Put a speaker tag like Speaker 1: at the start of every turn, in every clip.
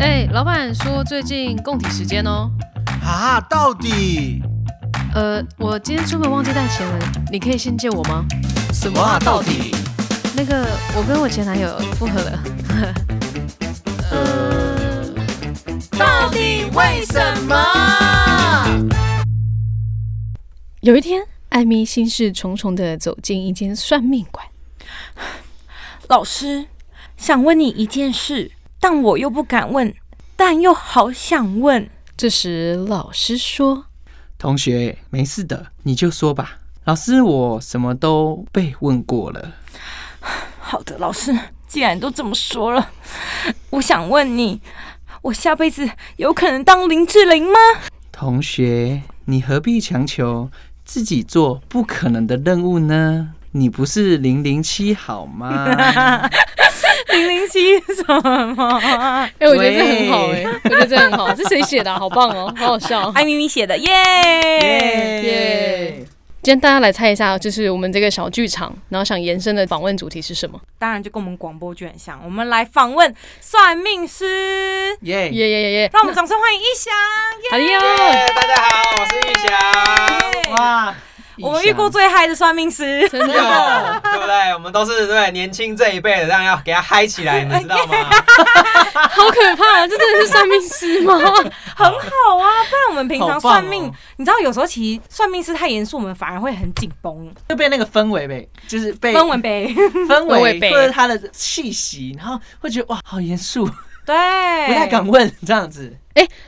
Speaker 1: 哎、老板说最近供体时间哦。
Speaker 2: 啊，到底
Speaker 1: 呃，我今天出门忘记带钱了，你可以先借我吗？
Speaker 2: 什么啊？到底？
Speaker 1: 那个，我跟我前男友复合了。呃，
Speaker 2: 到底为什么？
Speaker 1: 有一天，艾米心事重重地走进一间算命馆。
Speaker 3: 老师，想问你一件事，但我又不敢问，但又好想问。
Speaker 1: 这时，老师说
Speaker 4: 同学，没事的，你就说吧。老师，我什么都被问过了。
Speaker 3: 好的，老师，既然都这么说了，我想问你，我下辈子有可能当林志玲吗？
Speaker 4: 同学，你何必强求自己做不可能的任务呢？你不是零零七好吗？
Speaker 3: 零零七什么啊？：“
Speaker 1: 哎、我觉得这
Speaker 4: 喂
Speaker 1: 很好哎、我觉得这很好，这谁写的啊、好棒哦，好好 笑。”
Speaker 3: 艾咪咪写的耶！
Speaker 1: 耶今天大家来猜一下，就是我们这个小剧场，然后想延伸的访问主题是什么？
Speaker 3: 当然就跟我们广播剧很像，我们来访问算命师，
Speaker 4: 耶
Speaker 1: 耶耶耶耶！
Speaker 3: 让我们掌声欢迎一翔。耶
Speaker 1: 好呀！
Speaker 2: 大家好，我是玉祥。
Speaker 4: 哇！
Speaker 3: 我们遇过最嗨的算命师，
Speaker 1: 真
Speaker 2: 真
Speaker 1: 的，
Speaker 2: 的，对不对？我们都是对年轻这一辈的，当然要给他嗨起来，你们知道吗？
Speaker 1: 好可怕！啊这真的是算命师吗？
Speaker 3: 很好啊，不然我们平常
Speaker 4: 好棒哦
Speaker 3: 算命，你知道有时候其实算命师太严肃，我们反而会很紧绷。
Speaker 4: 就被那个氛围呗，就是被
Speaker 3: 分文呗，
Speaker 4: 氛
Speaker 1: 氛
Speaker 4: 围
Speaker 1: 围被
Speaker 4: 或者他的气息，然后会觉得哇，好严肃，不
Speaker 3: 对，
Speaker 4: 太敢问这样子。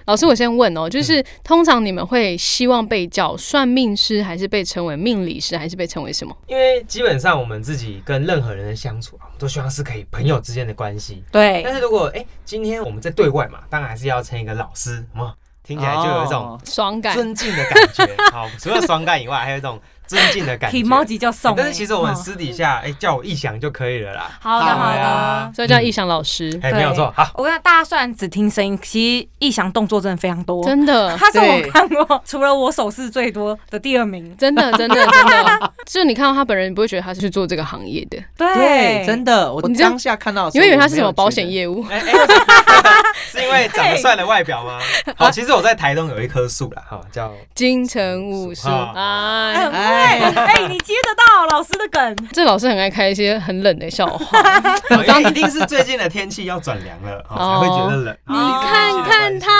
Speaker 1: 老师，我先问哦，就是通常你们会希望被叫算命师，还是被称为命理师，还是被称为什么？
Speaker 2: 因为基本上我们自己跟任何人的相处啊，我们都希望是可以朋友之间的关系。但
Speaker 3: 对，
Speaker 2: 是如果哎、今天我们在对外嘛，当然还是要称一个老师，有没有听起来就有一种
Speaker 4: 哦
Speaker 1: 爽感。
Speaker 2: 尊敬的感觉。好，除了爽感以外，还有一种尊敬的感
Speaker 3: 哦体猫
Speaker 2: 觉。
Speaker 3: 级叫送欸。
Speaker 2: 哎但是其实我们
Speaker 3: 哦
Speaker 2: 私底下哎、叫我一翔就可以了啦。
Speaker 3: 好的好
Speaker 2: 好
Speaker 3: 的
Speaker 2: 呀，
Speaker 1: 所以叫逸翔老师，
Speaker 4: 嗯
Speaker 2: 哎、没有错，好，
Speaker 3: 我跟你讲大家虽然只听声音，其实一翔动作真的非常多。
Speaker 1: 真的，
Speaker 3: 他是我
Speaker 4: 对
Speaker 3: 看过除了我手势最多的第二名。
Speaker 1: 真 的，真的，真的，就是你看到他本人，你不会觉得他是做这个行业的，
Speaker 4: 对，真
Speaker 3: 的
Speaker 4: 的，我
Speaker 1: 你知道
Speaker 4: 当下看到的时
Speaker 1: 你
Speaker 4: 候，
Speaker 1: 会以为他是什
Speaker 4: 我没
Speaker 1: 么
Speaker 4: 有
Speaker 1: 保
Speaker 4: 觉得
Speaker 1: 险业务。
Speaker 2: 哎、哎、是因为长得帅的外 表吗？好，其实我在台东有一棵树啦，哈，叫
Speaker 1: 金城武术
Speaker 2: 啊
Speaker 1: 哎，
Speaker 4: 哎，
Speaker 3: 哎，你接得到老师的梗，
Speaker 1: 这老师很爱开一些很冷的笑话。
Speaker 2: 哦因为一定是最近的天气要转凉了，哦，才会觉得冷。
Speaker 1: 你
Speaker 3: 哦
Speaker 1: 看看他，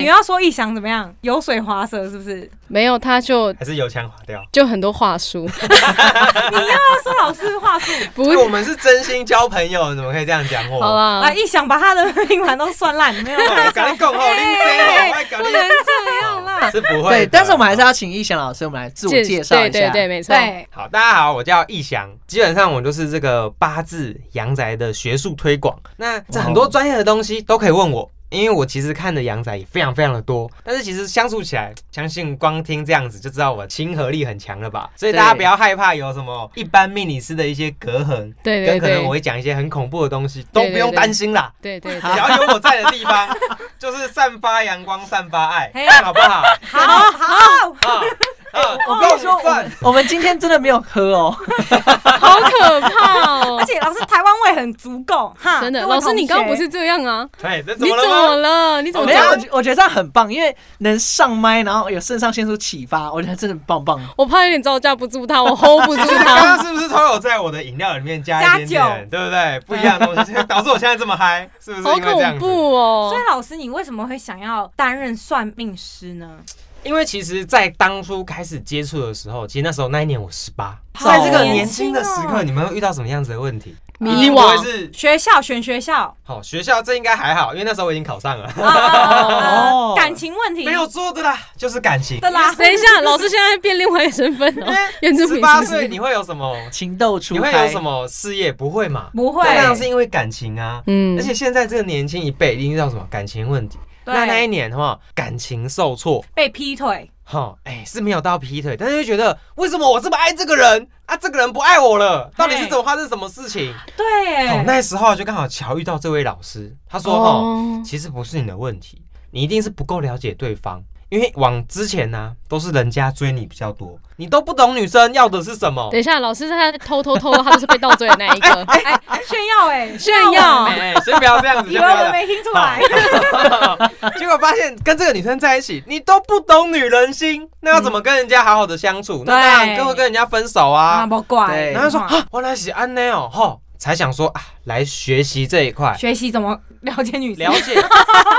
Speaker 3: 你要说一翔怎么样？油水滑舌是不是？
Speaker 1: 没有他就
Speaker 2: 还是油腔滑调。
Speaker 1: 就很多话术，
Speaker 3: 他说老师话术，
Speaker 1: 不
Speaker 2: 因为我们是真心交朋友，怎么可以这样讲我？
Speaker 1: 好啊啦，
Speaker 3: 来啊一翔把他的命盘都算烂，没有
Speaker 2: 哦，我跟你讲哦， 你这我会跟
Speaker 3: 不
Speaker 2: 你
Speaker 3: 能这样啦。
Speaker 2: 是不会的。
Speaker 4: 对，但是我们还是要请逸翔老师，我们来自我
Speaker 1: 介
Speaker 4: 介绍一下。
Speaker 1: 对对对，没错。
Speaker 3: 对，
Speaker 2: 好，大家好，我叫逸翔，基本上我就是这个八字阳宅的学术推广。那这很多专业的东西都可以问我，因为我其实看的阳宅也非常非常的多。但是其实相处起来，相信光听这样子就知道我亲和力很强了吧？所以大家
Speaker 4: 对
Speaker 2: 不要害怕有什么一般命理师的一些隔阂，
Speaker 1: 对对
Speaker 2: 跟可能我
Speaker 1: 对
Speaker 2: 会讲一些很恐怖的东西，都
Speaker 1: 对对
Speaker 2: 不用
Speaker 1: 对
Speaker 2: 担心啦。
Speaker 1: 对 对
Speaker 2: 只
Speaker 1: 对，
Speaker 2: 要有我在的地方，就是散发阳光，散发爱，
Speaker 3: 嘿
Speaker 2: 这样好不好？
Speaker 3: 好好，
Speaker 2: 啊啊！
Speaker 4: 我跟你说，
Speaker 2: 共
Speaker 4: 我
Speaker 2: 犯
Speaker 4: 们我们今天真的没有 喝哦。
Speaker 1: 好可怕
Speaker 3: 而
Speaker 1: 哦！
Speaker 3: 且老师台湾味很足够哈。
Speaker 1: 真的，
Speaker 3: 各位
Speaker 1: 老师你刚刚不
Speaker 3: 同学
Speaker 1: 是这样啊？
Speaker 2: 哎，这怎
Speaker 1: 你
Speaker 2: 么
Speaker 1: 怎
Speaker 2: 了吗哦
Speaker 1: 么？了？你怎么
Speaker 4: 没
Speaker 1: 这
Speaker 4: 有，
Speaker 1: 样
Speaker 4: 我？觉我觉得这样很棒，因为能上麦，然后有肾上腺素启发，我觉得真的很棒棒。
Speaker 1: 我怕有点招架不住他，我 hold 不住
Speaker 2: 就是啊刚
Speaker 1: 他。
Speaker 2: 刚是不是都有在我的饮料里面加一点
Speaker 3: 加
Speaker 2: 点，对不对？不一样的东西，导致我现在这么嗨，是不是
Speaker 1: 好
Speaker 2: 因为这样
Speaker 1: 恐
Speaker 2: 子？
Speaker 1: 怖哦
Speaker 3: 所！以老师，你为什么会想要担任算命师呢？
Speaker 2: 因为其实，在当初开始接触的时候，其实那时候那一年我十八，
Speaker 3: 好
Speaker 2: 在这个
Speaker 3: 年
Speaker 2: 年
Speaker 3: 轻
Speaker 2: 轻
Speaker 3: 哦
Speaker 2: 的时刻，你们会遇到什么样子的问题？
Speaker 1: 迷
Speaker 2: 不会
Speaker 1: 惘，
Speaker 2: 嗯是
Speaker 3: 学校选学校，
Speaker 2: 好、学校，这应该还好，因为那时候我已经考上了，
Speaker 3: 啊啊
Speaker 4: 哦
Speaker 3: 感情问题
Speaker 2: 没有做的啦，就是感情。
Speaker 3: 的啦。
Speaker 1: 等一下，老师现在变另外一个身份 哦，原住
Speaker 2: 十
Speaker 1: 民
Speaker 2: 八
Speaker 1: 是不
Speaker 2: 岁
Speaker 1: 是？
Speaker 2: 你会有什么？
Speaker 4: 情窦初
Speaker 2: 你会
Speaker 4: 开，
Speaker 2: 有什么事业？不会嘛？
Speaker 3: 不会
Speaker 2: 当，然是因为感情啊。
Speaker 1: 嗯
Speaker 2: 而且现在这个年轻一辈一定遇到什么感情问题？那那一
Speaker 3: 对，
Speaker 2: 年的话，感情受挫，
Speaker 3: 被劈腿，
Speaker 2: 哈，哎、是没有到劈腿，但是就觉得为什么我这么爱这个人啊，这个人不爱我了，到底是怎么发生什么事情？
Speaker 3: 对，
Speaker 2: 好，那时候就刚好巧遇
Speaker 1: 哦
Speaker 3: 哦
Speaker 2: 到这位老师，他说哈、齁，其实不是你的问题，你一定是不够了解对方，因为往之前呢、都是人家追你比较多，你都不懂女生要的是什么
Speaker 1: 等。一下，老师他偷偷偷，他就是被倒追的那一 个。
Speaker 5: 炫耀哎、
Speaker 1: 炫耀
Speaker 5: 耀，
Speaker 2: 哎、先不要这样 子，
Speaker 5: 以
Speaker 2: 先
Speaker 5: 为
Speaker 2: 不要这
Speaker 5: 我
Speaker 2: 样
Speaker 5: 没听出来。
Speaker 2: 结果发现跟这个女生在一起，你都不懂女人心，那要怎么跟人家好好的相处？那当然
Speaker 5: 嗯对
Speaker 2: 更会跟人家分手啊。
Speaker 5: 不怪
Speaker 4: 对
Speaker 2: 然后说啊，原来是安内哦，吼，才想说啊，来学习这一块，
Speaker 5: 学习怎么了解女
Speaker 2: 了
Speaker 5: 生，
Speaker 2: 解，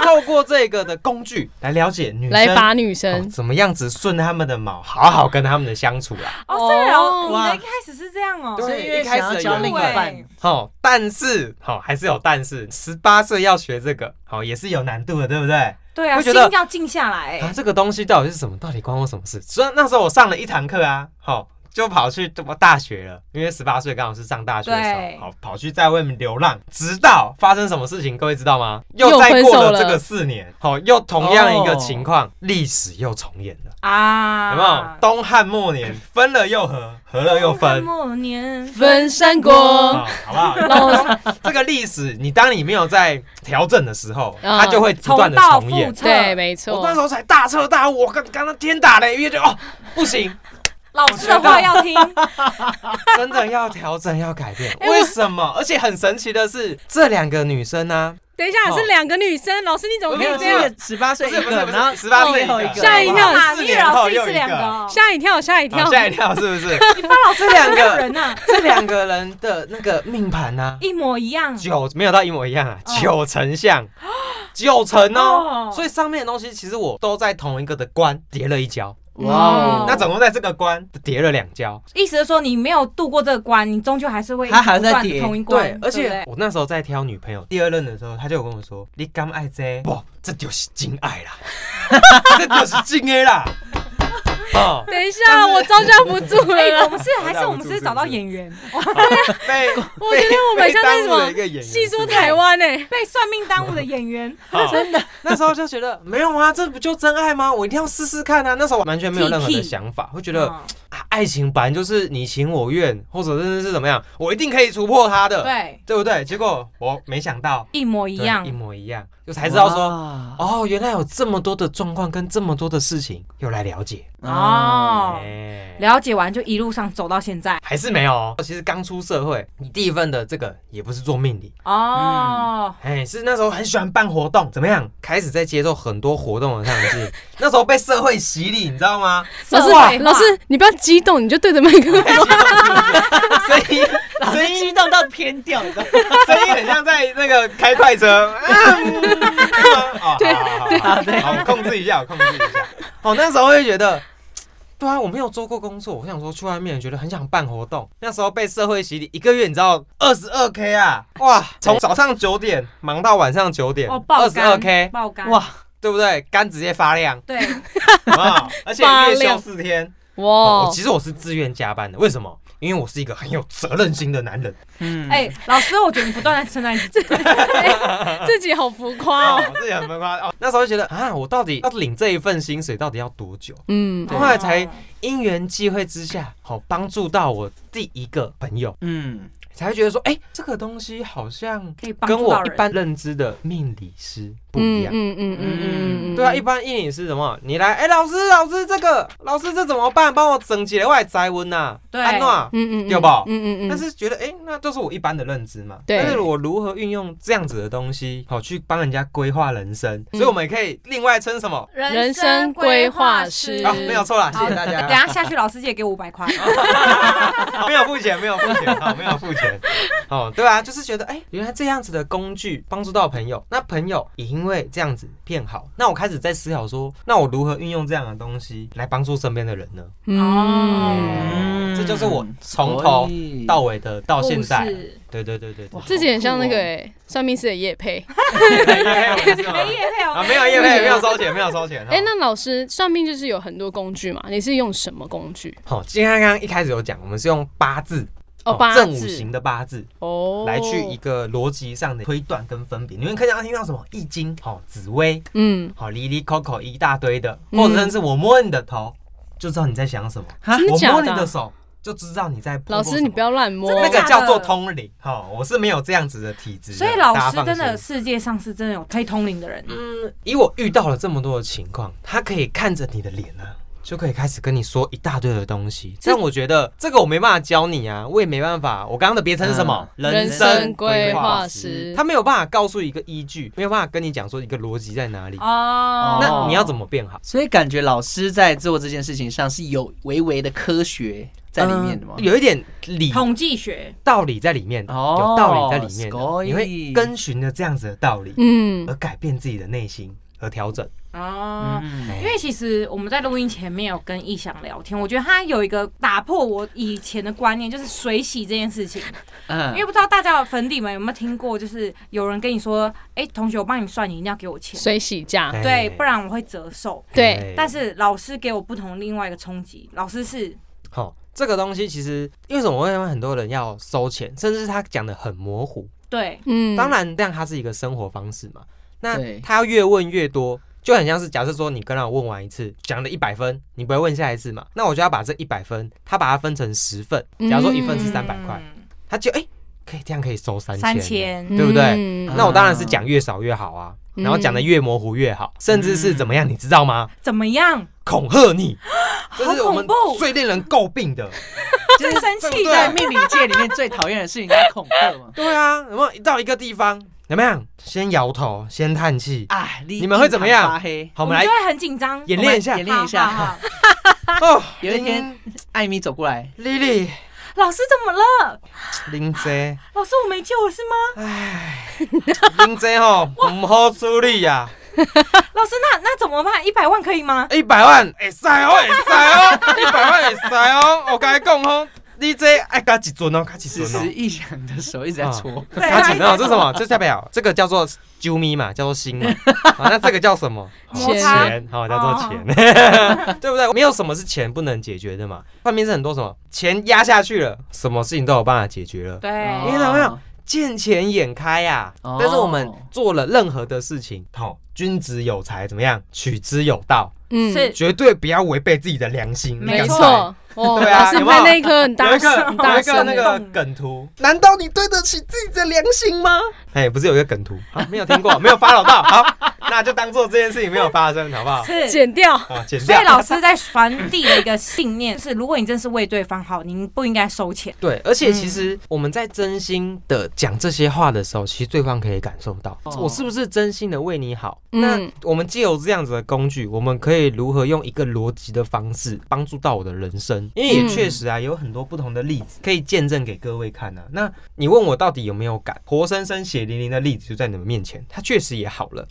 Speaker 2: 透过这个的工具来了解女
Speaker 1: 来
Speaker 2: 生。
Speaker 1: 把女
Speaker 2: 哦
Speaker 1: 生，
Speaker 2: 怎么样子顺他们的毛，好好跟他们的相处啦。
Speaker 5: 哦，虽然
Speaker 1: 哦
Speaker 5: 你
Speaker 4: 哇
Speaker 5: 的一开始是这样哦，
Speaker 2: 对
Speaker 4: 所以
Speaker 2: 因为
Speaker 4: 一开始
Speaker 2: 想要
Speaker 4: 有
Speaker 2: 交另一
Speaker 5: 半，
Speaker 2: 哦，但是哦，还是有但是，十八岁要学这个，哦，也是有难度的，对不对？
Speaker 5: 对啊，
Speaker 2: 会
Speaker 5: 心
Speaker 2: 觉得
Speaker 5: 要静下
Speaker 3: 哎
Speaker 5: 来、
Speaker 2: 啊，这个东西到底是什么？到底关我什么事？虽然那时候我上了一堂课啊，好、就跑去我大学了，因为十八岁刚好是上大学的时
Speaker 5: 对
Speaker 2: 候，好跑去在外面流浪，直到发生什么事情，各位知道吗？又
Speaker 1: 又
Speaker 2: 再
Speaker 1: 分
Speaker 2: 过
Speaker 1: 手
Speaker 2: 了
Speaker 1: 了
Speaker 2: 这个四年，好、又同样一个
Speaker 4: 哦
Speaker 2: 情况，历、史又重演了，
Speaker 5: 啊
Speaker 2: 有没有？东汉末年分了又合，合了又分。
Speaker 5: 末年
Speaker 1: 分山国
Speaker 2: 好，好不好？这个历史，你当你没有在调整的时候，
Speaker 1: 嗯
Speaker 2: 它就会不断
Speaker 5: 重
Speaker 2: 的
Speaker 5: 蹈
Speaker 2: 重演
Speaker 5: 覆。辙，
Speaker 1: 对，没
Speaker 2: 我那
Speaker 1: 错
Speaker 2: 时。候才大彻大悟，我刚刚刚天打雷劈就哦，不 行，
Speaker 5: 老师的话要听，
Speaker 2: 真的要调整，要改变。
Speaker 4: 哎
Speaker 2: 为什么？而且很神奇的是，这两个女生呢、
Speaker 1: 等一下
Speaker 2: 哦是
Speaker 1: 两个女生，老师你怎
Speaker 2: 么可以这
Speaker 4: 这个十八岁一
Speaker 2: 不是不是
Speaker 4: 个，
Speaker 2: 不是
Speaker 4: 然后
Speaker 2: 18岁
Speaker 4: 最后一个，
Speaker 1: 吓一跳
Speaker 4: 好不好
Speaker 5: 啊
Speaker 2: 四
Speaker 5: 你
Speaker 2: 年
Speaker 5: 也老
Speaker 2: 后
Speaker 5: 师一
Speaker 2: 又
Speaker 5: 次
Speaker 2: 一
Speaker 5: 两
Speaker 2: 个
Speaker 5: 个哦，
Speaker 1: 吓一跳，吓一跳
Speaker 2: 好，吓一跳，是不是？
Speaker 5: 你班老师
Speaker 2: 这两
Speaker 5: 还有
Speaker 2: 个
Speaker 5: 人啊，
Speaker 2: 这两个人的那个命盘呢、
Speaker 5: 一模一样，
Speaker 2: 九没有到一模一样啊，
Speaker 5: 哦
Speaker 2: 九成像，九成哦
Speaker 5: 哦。
Speaker 2: 所以上面的东西其实我都在同一个的关叠了一跤，
Speaker 4: 哇哦
Speaker 5: 哦，
Speaker 1: 嗯
Speaker 2: 那总共在这个关叠了两跤。
Speaker 5: 意思是说你没有度过这个关，你终究还是会
Speaker 4: 他还在
Speaker 5: 不断地
Speaker 4: 叠
Speaker 5: 同一
Speaker 2: 对
Speaker 5: 关，，对不
Speaker 2: 而且
Speaker 5: 对
Speaker 2: 我那时候在挑女朋友第二任的时候，他就有跟我说：“你敢爱这哇，这就是真爱啦， 这就是真的啦。”哦，
Speaker 1: 等一下，我招架不住 了
Speaker 5: 哎，我
Speaker 1: 啦。
Speaker 5: 们是还是我们是找到演员，
Speaker 2: 哦被
Speaker 1: 我觉得我们像那什么
Speaker 2: 么
Speaker 1: 戏说台。湾呢，
Speaker 5: 被算命耽误的演员，
Speaker 2: 真的，哦那时候就觉得没有啊，这不就真爱吗？我一定要试试看啊！那时候完全没有任何的想法， 会觉得
Speaker 5: 嗯
Speaker 2: 啊，爱情本来就是你情我愿，或者甚至是怎么样，我一定可以突破他的，
Speaker 5: 对，
Speaker 2: 对不对？结果我没想到
Speaker 5: 一模一
Speaker 2: 对
Speaker 5: 样
Speaker 2: 一，模一样，就才知道说
Speaker 4: 说
Speaker 2: 哦，原来有这么多的状况跟这么多的事情，又来了解，
Speaker 5: 哦
Speaker 2: 哎
Speaker 5: 了解完就一路上走到现在
Speaker 2: 还是没有哦。其实刚出社会，你第一份的这个也不是做命理，
Speaker 1: 嗯
Speaker 5: 哦，
Speaker 2: 哎，是那时候很喜欢办活动，怎么样？开始在接受很多活动的上去，那时候被社会洗礼，你知道吗？
Speaker 1: 老
Speaker 5: 社
Speaker 1: 师
Speaker 5: 会化
Speaker 1: 老师你不要激动，你就对着麦克风。
Speaker 2: 声音声音
Speaker 4: 激动到偏掉，你知道吗？
Speaker 2: 声音很像在那个开快 车，啊嗯哦
Speaker 1: 对
Speaker 2: 好好好好，我控制一 下，我控制一下。哦，那时候会觉得，对啊，我没有做过工作，我想说去外面，觉得很想办活动。那时候被社会洗礼，一个月你知道二十二 k 啊， 哇，从早上九点忙到晚上九点
Speaker 5: 哦，，爆
Speaker 2: 二十二
Speaker 5: 肝
Speaker 2: k，
Speaker 5: 爆肝，
Speaker 4: 哇，
Speaker 2: 对不对？肝直接发 亮，
Speaker 5: 对，
Speaker 2: 好不好？而且
Speaker 1: 发
Speaker 2: 月休
Speaker 1: 亮
Speaker 2: 四天。哦，
Speaker 1: 哇
Speaker 2: 我，其实我是自愿加班的，为什么？因为我是一个很有责任心的男人。
Speaker 4: 嗯，
Speaker 5: 哎，老师，我觉得你不断在称赞你自 己，
Speaker 1: 自己好浮夸
Speaker 2: 哦
Speaker 1: 哦。，
Speaker 2: 自己很浮夸哦。那时候就觉得啊，我到底要领这一份薪水到底要多久？
Speaker 1: 嗯，
Speaker 2: 后来才因缘际会之下，好、帮助到我第一个朋友，
Speaker 4: 嗯，
Speaker 2: 才会觉得说，哎、这个东西好像
Speaker 5: 可以帮
Speaker 2: 跟
Speaker 5: 助到
Speaker 2: 我一
Speaker 5: 人。
Speaker 2: 般认知的命理师不一
Speaker 1: 嗯
Speaker 2: 样。
Speaker 1: 嗯嗯嗯嗯嗯，
Speaker 2: 对啊，一般命理师什么？你来，哎、老师，老师，这个老师这怎么办？帮我整起来，我也摘温呐，
Speaker 5: 对
Speaker 2: 安娜。
Speaker 1: 嗯嗯，
Speaker 2: 对吧
Speaker 1: 嗯嗯嗯，
Speaker 2: 但是觉得，哎、那都是我一般的认知嘛。
Speaker 1: 对
Speaker 2: 但是我如何运用这样子的东西，好、去帮人家规划人生？所以我们也可以另外称什么？
Speaker 1: 人生规划师
Speaker 2: 啊，没有错啊啦，谢
Speaker 5: 好
Speaker 2: 谢大家。
Speaker 5: 等下下去，老师姐给五百块。
Speaker 2: 好没有付钱，没有付钱，好，没有付钱，哦，对啊，就是觉得，哎、原来这样子的工具帮助到朋友，那朋友也因为这样子变好，那我开始在思考说，那我如何运用这样的东西来帮助身边的人呢？啊
Speaker 1: 嗯，
Speaker 4: 嗯
Speaker 2: 这就是我从头到尾的到现在
Speaker 5: 故事，
Speaker 2: 对对对对对，
Speaker 1: 自己很像那个
Speaker 2: 哦
Speaker 1: 哎，算命师的叶佩。
Speaker 2: 没有
Speaker 5: 没业配
Speaker 2: 啊，
Speaker 5: 哦，
Speaker 2: 没有，也没有，没有收钱，没有收钱。
Speaker 1: 哎、
Speaker 2: 哦
Speaker 1: 那老师算命就是有很多工具嘛？你是用什么工具？
Speaker 2: 好，今天刚刚一开始有讲，我们是用八字，
Speaker 1: 哦，八
Speaker 2: 正五
Speaker 1: 字
Speaker 2: 行的八字，
Speaker 1: 哦，
Speaker 2: 来去一个逻辑上的推断跟分别。你们可以常听到什么《易经》、好《紫薇》、
Speaker 1: 嗯，
Speaker 2: 好《离离 Coco》一大堆的，
Speaker 1: 嗯
Speaker 2: 或者甚至我摸你的头，就知道你在想什么。
Speaker 4: 哈
Speaker 1: 真的
Speaker 2: 我
Speaker 1: 假
Speaker 2: 摸你
Speaker 1: 的
Speaker 2: 的
Speaker 1: 啊？
Speaker 2: 手，就知道你在碰
Speaker 1: 老
Speaker 2: 过
Speaker 1: 师，
Speaker 2: 什
Speaker 1: 你
Speaker 2: 么
Speaker 1: 不要乱摸。
Speaker 2: 那
Speaker 3: 真的
Speaker 2: 个
Speaker 3: 假
Speaker 2: 叫做通灵哈、我是没有这样子的体质的，
Speaker 3: 所以老
Speaker 2: 大家
Speaker 3: 师
Speaker 2: 放
Speaker 3: 真的
Speaker 2: 心。
Speaker 3: 世界上是真的有推通灵的人，
Speaker 2: 嗯，以我遇到了这么多的情况，他可以看着你的脸呢、就可以开始跟你说一大堆的东西。但我觉得这个我没办法教你啊，我也没办法。我刚刚的别称是什么？
Speaker 1: 人生
Speaker 2: 生
Speaker 1: 规划
Speaker 2: 划
Speaker 1: 师，
Speaker 2: 他没有办法告诉一个依据，没有办法跟你讲说一个逻辑在哪里。
Speaker 3: 哦，
Speaker 2: 那你要怎么变好？
Speaker 4: 所以感觉老师在做这件事情上是有微微的科学在里面的吗？
Speaker 2: 嗯有一点理
Speaker 3: 统计学？
Speaker 2: 道理在里面的，
Speaker 4: 哦
Speaker 2: 有道理在里面的，
Speaker 4: 所以
Speaker 2: 你会跟循着这样子的道理，
Speaker 1: 嗯
Speaker 2: 而改变自己的内心，而调整。
Speaker 3: 哦，
Speaker 4: 嗯，
Speaker 3: 因为其实我们在录音前面有跟意翔聊天，我觉得他有一个打破我以前的观念，就是水洗这件事情。因为
Speaker 4: 嗯，
Speaker 3: 不知道大家的粉底们有没有听过，就是有人跟你说：“哎、同学，我帮你算，你一定要给我钱，
Speaker 1: 水洗价，
Speaker 2: 哎
Speaker 3: 对，不然我会折寿。
Speaker 1: 对，”
Speaker 3: 但是老师给我不同另外一个冲击，老师是
Speaker 2: 好、这个东西其实为什么会让很多人要收钱，甚至是他讲的很模糊？
Speaker 3: 对
Speaker 1: 嗯，
Speaker 2: 当然，这样它是一个生活方式嘛。那
Speaker 4: 对
Speaker 2: 他要越问越多，就很像是假设说你跟我问完一次，讲了一百分，你不会问下一次嘛？那我就要把这一百分，他把它分成十份，假如说一份是三百块，，他就哎、可以这样可以收三
Speaker 3: 嗯
Speaker 2: 千，
Speaker 3: 三千，
Speaker 2: 对不对
Speaker 1: 嗯
Speaker 2: 那我当然是讲越少越好啊，
Speaker 1: 嗯
Speaker 2: 然后讲的越模糊越好，甚至是怎么样，你知道吗？
Speaker 3: 怎么样？
Speaker 2: 恐吓你，这
Speaker 3: 好
Speaker 2: 是我们
Speaker 3: 恐怖
Speaker 2: 最令人诟病的。
Speaker 3: 最生 气
Speaker 4: 在
Speaker 3: 的，
Speaker 4: 命理界里面最讨厌的事情就是恐吓 嘛。
Speaker 2: 对啊，有没有一到一个地方，怎么样？先摇头，先叹气。
Speaker 4: 哎，你
Speaker 2: 你们会怎么样
Speaker 4: 发黑，
Speaker 2: 好，我
Speaker 3: 我
Speaker 2: 们
Speaker 3: 们
Speaker 2: 来
Speaker 3: 就会很紧张。
Speaker 2: 演练一
Speaker 4: 我
Speaker 2: 下
Speaker 4: 们。练一下
Speaker 3: 好好好
Speaker 2: 哦，
Speaker 4: 有一天，艾米走过来，
Speaker 2: 丽丽，
Speaker 3: 老师怎么了？
Speaker 2: 林姐，
Speaker 3: 老师我没救了是吗？
Speaker 2: 哎林姐吼，唔好处理啊呀，
Speaker 3: 老师那那怎么办？一百万可以吗？
Speaker 2: 一百万会使哦，会使哦，一百万会使哦，我跟你讲吼。你这爱加一尊哦，加一
Speaker 4: 此
Speaker 2: 尊哦
Speaker 4: 时，一想的手一直在搓，
Speaker 3: 对
Speaker 2: 加几尊哦，这是什么？这代表这个叫做啾咪嘛，叫做心 嘛。好那这个叫什么？
Speaker 3: 摩
Speaker 1: 擦
Speaker 2: 钱，哦好叫做钱， 对不对？没有什么是钱不能解决的嘛。外面是很多什么钱压下去了，什么事情都有办法解决了，
Speaker 4: 哎
Speaker 1: 哦
Speaker 3: 对，
Speaker 2: 因为怎么样见钱眼开呀、
Speaker 4: 哦
Speaker 2: 但是我们做了任何的事情，好、君子有才，怎么样？取之有道，
Speaker 1: 嗯
Speaker 3: 是
Speaker 2: 绝对不要违背自己的良心。
Speaker 3: 没
Speaker 1: 没
Speaker 2: 你敢
Speaker 3: 错
Speaker 2: 说。
Speaker 1: 错。哦，
Speaker 2: 对啊
Speaker 1: 老师
Speaker 2: 有没有
Speaker 1: 在那一刻很
Speaker 2: 有
Speaker 1: 大
Speaker 2: 一个
Speaker 1: 声，很
Speaker 2: 有
Speaker 1: 大
Speaker 2: 一个
Speaker 1: 声
Speaker 2: 那
Speaker 1: 欸。
Speaker 2: 个梗图，难道你对得起自己的良心吗？哎，不是有一个梗图，好，没有听过，没有发老到，好，那就当做这件事情没有发生，好 不好？
Speaker 3: 是
Speaker 1: 剪掉，
Speaker 2: 好，剪
Speaker 3: 所
Speaker 2: 掉
Speaker 3: 以。老师在传递的一个信念就是，如果你真是为对方好，您不应该收钱。
Speaker 2: 对，而且其实我们在真心的讲这些话的时候，其实对方可以感受到
Speaker 4: 哦
Speaker 2: 我是不是真心的为你好。
Speaker 1: 嗯
Speaker 2: 那我们借由这样子的工具，我们可以如何用一个逻辑的方式帮助到我的人生？因为也
Speaker 1: 嗯
Speaker 2: 确实啊，有很多不同的例子可以见证给各位看啊。那你问我到底有没有感，活生生血淋淋的例子就在你们面前，它确实也好了。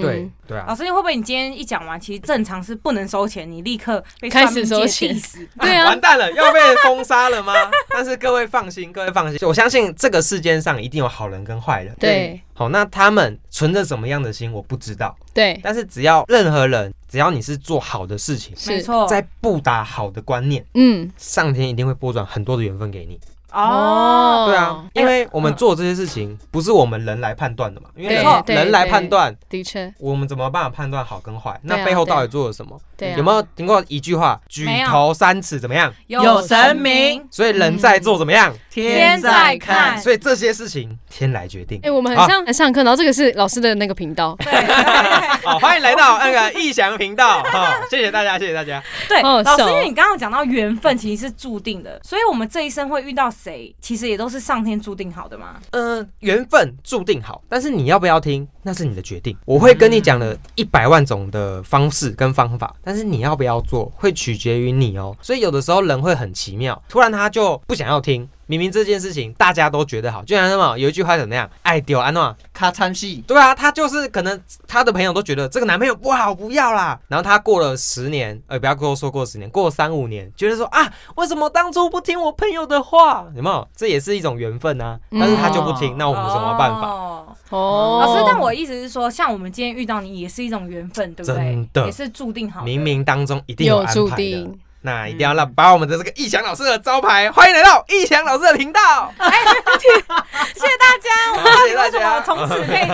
Speaker 1: 嗯，
Speaker 2: 对，对
Speaker 3: 老
Speaker 2: 啊，
Speaker 3: 师，你会不会你今天一讲完，其实正常是不能收钱，你立刻被算命界
Speaker 1: 开始收钱
Speaker 3: diss
Speaker 1: 对啊
Speaker 2: 完，蛋了，要被封杀了吗？但是各位放心，各位放心，我相信这个世间上一定有好人跟坏人。
Speaker 1: 对
Speaker 2: 好，那他们存着什么样的心，我不知道。
Speaker 1: 对，
Speaker 2: 但是只要任何人，只要你是做好的事情，
Speaker 3: 没
Speaker 1: 是，
Speaker 3: 错，
Speaker 2: 在不打好的观念，
Speaker 1: 嗯，
Speaker 2: 上天一定会拨转很多的缘分给你。
Speaker 3: 哦，
Speaker 2: 对啊，，
Speaker 1: 哎
Speaker 2: 因为我们做这些事情不是我们人来判断的嘛，因为
Speaker 1: 对
Speaker 2: 人
Speaker 1: 对
Speaker 2: 人来
Speaker 1: 对
Speaker 2: 判断，
Speaker 1: 的确，
Speaker 2: 我们怎么办法判断好跟坏？
Speaker 1: 对
Speaker 2: 那
Speaker 1: 啊
Speaker 2: 背后到
Speaker 1: 对
Speaker 2: 底做了什么？
Speaker 1: 对啊，
Speaker 2: 有没有听过一句话“举
Speaker 3: 没有
Speaker 2: 头三尺”怎么样？
Speaker 4: 有神明，
Speaker 2: 所以人在做怎么样？
Speaker 3: 天在看
Speaker 2: 所以这些事情天来决定
Speaker 1: 哎、。我们
Speaker 2: 好
Speaker 1: 很像来上课，然后这个是老师的那个频道，
Speaker 3: 对
Speaker 2: 好，欢迎来到那个逸翔频道 哈，谢谢大家，谢谢大家。
Speaker 3: 对，
Speaker 1: 好好
Speaker 3: 老师，
Speaker 1: 笑哦
Speaker 3: 因为你刚刚有讲到缘分其实是注定的，所以我们这一生会遇到谁，其实也都是上天注定好的嘛。
Speaker 2: 嗯，缘分注定好，但是你要不要听，那是你的决定。我会跟你讲了一百万种的方式跟方法，但是你要不要做，会取决于你哦。所以有的时候人会很奇妙，突然他就不想要听。明明这件事情大家都觉得好，就像那么有一句话怎么样，爱丢安诺，啊
Speaker 4: 咔参戏，
Speaker 2: 对啊，他就是可能他的朋友都觉得这个男朋友不好，不要啦。然后他过了十年，呃，不要跟我说过十年，过了三五年，觉得说啊，为什么当初不听我朋友的话？有没有？这也是一种缘分啊。但是他就不听，
Speaker 4: 嗯
Speaker 2: 那我们有什么办法？
Speaker 3: 哦
Speaker 1: 哦，
Speaker 3: 老师，但我意思是说，像我们今天遇到你，也是一种缘分，对不对
Speaker 2: 真？的
Speaker 3: 也是注定好的。
Speaker 2: 冥冥当中一定
Speaker 1: 有
Speaker 2: 安
Speaker 1: 注
Speaker 2: 排的。
Speaker 1: 定，
Speaker 2: 那一定要让把我们的这个逸翔老师的招牌，欢迎来到逸翔老师的频道。
Speaker 3: 谢谢大家，我们
Speaker 2: 好
Speaker 3: 到底
Speaker 2: 谢 谢
Speaker 3: 为
Speaker 2: 大
Speaker 3: 什么
Speaker 2: 家
Speaker 3: 从
Speaker 5: 从此被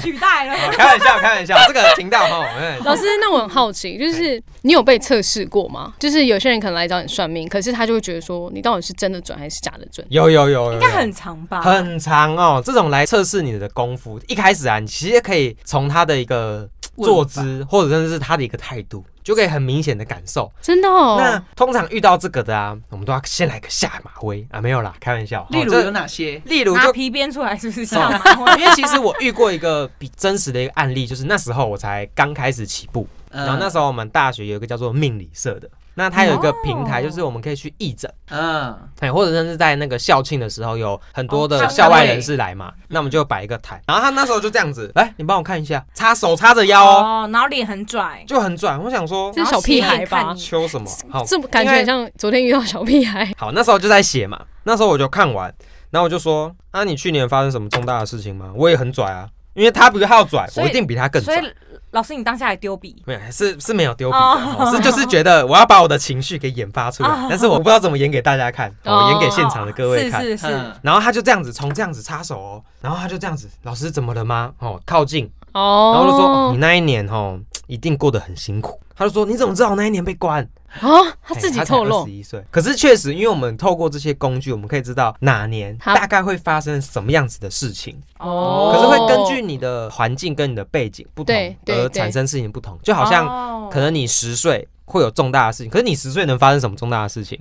Speaker 5: 取代 了。
Speaker 2: 哦开玩笑，开玩笑，这个频道哈，嗯
Speaker 1: 老师，那我很好奇，就是你有被测试过吗？就是有些人可能来找你算命，可是他就会觉得说，你到底是真的准还是假的准？
Speaker 2: 有有有有，
Speaker 5: 应该很长吧？
Speaker 3: 啊
Speaker 2: 很长哦。这种来测试你的功夫，一开始啊，你其实可以从他的一个
Speaker 4: 问
Speaker 2: 坐
Speaker 4: 法
Speaker 2: 姿，或者甚至是他的一个态度，就可以很明显的感受。
Speaker 1: 真的
Speaker 2: 那
Speaker 1: 哦，
Speaker 2: 通常遇到这个的啊，我们都要先来个下马威啊，没有啦，开玩笑。
Speaker 4: 例
Speaker 2: 哦
Speaker 4: 如
Speaker 2: 这
Speaker 4: 有哪些？
Speaker 2: 例如
Speaker 5: 拿
Speaker 2: 就。
Speaker 5: 皮鞭出来是不是吓马威？
Speaker 2: 因为其实我遇过一个比真实的一个案例，就是那时候我才刚开始起步，
Speaker 4: 嗯
Speaker 2: 然后那时候我们大学有一个叫做命理社的，那它有一个平台，
Speaker 5: 哦
Speaker 2: 就是我们可以去义诊。
Speaker 4: 嗯，
Speaker 2: 哎，或者甚至在那个校庆的时候，有很多
Speaker 5: 哦
Speaker 2: 的
Speaker 5: 摊
Speaker 2: 校外人
Speaker 4: 位
Speaker 2: 士来嘛，那我们就摆一个台，然后他那时候就这样子，来，你帮我看一下，插手插着腰哦，
Speaker 5: 哦，然后脸很拽，
Speaker 2: 就很拽。我想说，啊
Speaker 1: 这是小屁孩
Speaker 5: 然后
Speaker 1: 吧
Speaker 5: 斜眼看？你
Speaker 2: 秋什么？好，
Speaker 1: 这感觉很像昨天遇到小屁 孩。
Speaker 2: 好，那时候就在写嘛，那时候我就看完，然后我就说，啊，你去年发生什么重大的事情吗？我也很拽啊，因为他比他要拽，
Speaker 5: 所以
Speaker 2: 我一定比他更
Speaker 5: 所
Speaker 2: 拽。
Speaker 5: 以老师，你当下还丢笔，
Speaker 2: 没有，是是没有丢笔的，
Speaker 5: 哦
Speaker 2: 哦是就是觉得我要把我的情绪给演发出来，
Speaker 5: 哦
Speaker 2: 但是我不知道怎么演给大家看，我演给现场的各位
Speaker 1: 哦
Speaker 2: 看。
Speaker 5: 是是是，
Speaker 4: 嗯
Speaker 2: 然后他就这样子，从这样子插手哦，然后他就这样子，老师怎么了吗？哦，靠近，然后就说、哦
Speaker 1: 哦
Speaker 2: 你那一年哦，一定过得很辛苦。他就说你怎么知道我那一年被关？哎
Speaker 1: 啊，他自己透露
Speaker 2: 十，一岁。可是确实，因为我们透过这些工具，我们可以知道哪年
Speaker 1: 他
Speaker 2: 大概会发生什么样子的事情。
Speaker 1: 哦
Speaker 2: 可是会根据你的环境跟你的背景不同
Speaker 1: 对，对
Speaker 2: 而
Speaker 1: 对哦
Speaker 2: 产生事情不同。就好像
Speaker 5: 像
Speaker 2: 可能你十岁会有重大的事情，可是你十岁能发生什么重大的事情？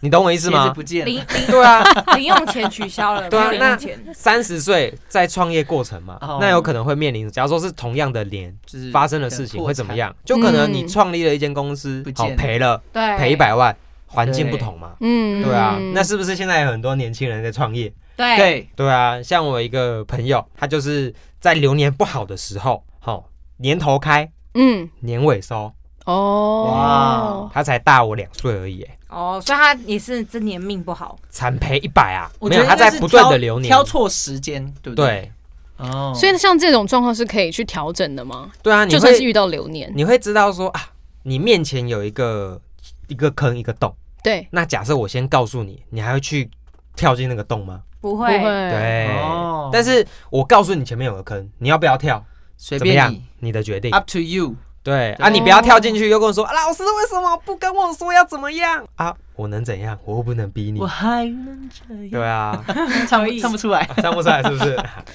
Speaker 2: 你懂我意思
Speaker 4: 是
Speaker 2: 吗？
Speaker 4: 不见
Speaker 5: 零
Speaker 4: 了。
Speaker 5: 零
Speaker 2: 对啊，
Speaker 5: 零用钱取消了，
Speaker 2: 对啊
Speaker 5: 没有零用钱，
Speaker 2: 三十岁在创业过程嘛，
Speaker 4: 哦
Speaker 2: 那有可能会面临，假如说是同样的年
Speaker 4: 就是
Speaker 2: 发生的事情会怎么？样？就可能你创立了一间公司
Speaker 4: 不，见
Speaker 2: 好
Speaker 4: 了
Speaker 2: 赔了
Speaker 5: 对，
Speaker 2: 赔一，百万，环境不同嘛，
Speaker 1: 嗯，
Speaker 2: 对啊，
Speaker 1: 嗯
Speaker 2: 那是不是现在有很多年轻人在创业？
Speaker 5: 对，
Speaker 4: 对，
Speaker 2: 对啊，像我一个朋友，他就是在流年不好的时候，好年头开。
Speaker 1: 嗯
Speaker 2: 年尾收，
Speaker 1: 哦，
Speaker 2: 他才大我两岁而已，哎
Speaker 5: 哦，所以他也是这年命不好，
Speaker 2: 惨赔一百啊！
Speaker 4: 我
Speaker 2: 没
Speaker 4: 觉
Speaker 2: 有
Speaker 4: 得
Speaker 2: 他在不断的流年，
Speaker 4: 挑错时间，对不对？
Speaker 2: 对
Speaker 4: 对，哦
Speaker 1: 所以像这种状况是可以去调整的吗？
Speaker 2: 对啊，你
Speaker 1: 就
Speaker 2: 会
Speaker 1: 算是遇到流年，
Speaker 2: 你会知道说啊，你面前有一个一个坑一个洞。
Speaker 1: 对，
Speaker 2: 那假设我先告诉你，你还会去跳进那个洞吗？
Speaker 5: 不
Speaker 1: 不
Speaker 5: 会，
Speaker 1: 会，
Speaker 2: 对。
Speaker 4: 哦
Speaker 2: 但是我告诉你前面有个坑，你要不要跳？
Speaker 4: 随
Speaker 2: 怎么
Speaker 4: 便
Speaker 2: 样
Speaker 4: 你？啊
Speaker 2: 你的决定。
Speaker 4: ，up to you。
Speaker 2: 对啊，
Speaker 4: 对
Speaker 2: 你不要跳进去，又跟我说、啊老师为什么不跟我说要怎么样啊？我能怎样？我又不能逼你
Speaker 4: 我。还能这
Speaker 2: 对
Speaker 4: 样，
Speaker 2: 啊，
Speaker 4: 唱
Speaker 5: 可以
Speaker 4: 不唱不出来。
Speaker 2: 站不出来是不是？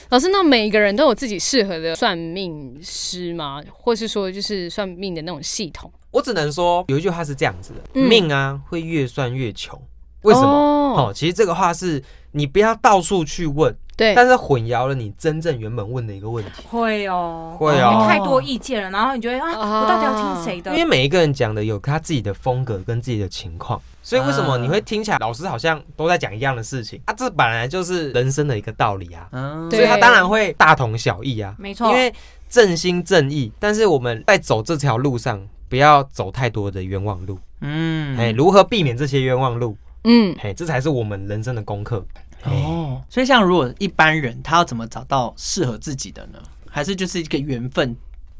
Speaker 1: 老师，那每一个人都有自己适合的算命师吗？或是说，就是算命的那种系统？
Speaker 2: 我只能说有一句话是这样子的：
Speaker 1: 嗯
Speaker 2: 命啊，会越算越穷。为什么？
Speaker 1: 哦，
Speaker 2: 哦，其实这个话是你不要到处去问，
Speaker 1: 对，
Speaker 2: 但是混淆了你真正原本问的一个问题。
Speaker 5: 会哦，
Speaker 2: 会
Speaker 5: 因为
Speaker 2: 哦，
Speaker 5: 太多意见了，然后你觉得啊，
Speaker 1: 啊
Speaker 5: 我到底要听谁的
Speaker 2: 因？为每一个人讲的有他自己的风格跟自己的情况，所以为什么你会听起来老师好像都在讲一样的事情啊？这本来就是人生的一个道理啊，
Speaker 4: 嗯，
Speaker 2: 所
Speaker 1: 对
Speaker 2: 以他当然会大同小异啊，
Speaker 5: 没错，
Speaker 2: 因为正心正义。但是我们在走这条路上，不要走太多的冤枉路，
Speaker 4: 嗯，
Speaker 2: 哎，如何避免这些冤枉路？
Speaker 1: 嗯，
Speaker 2: 哎，这才是我们人生的功课。哎，
Speaker 4: 哦，所以像如果一般人，他要怎么找到适合自己的呢？还是就是一个缘分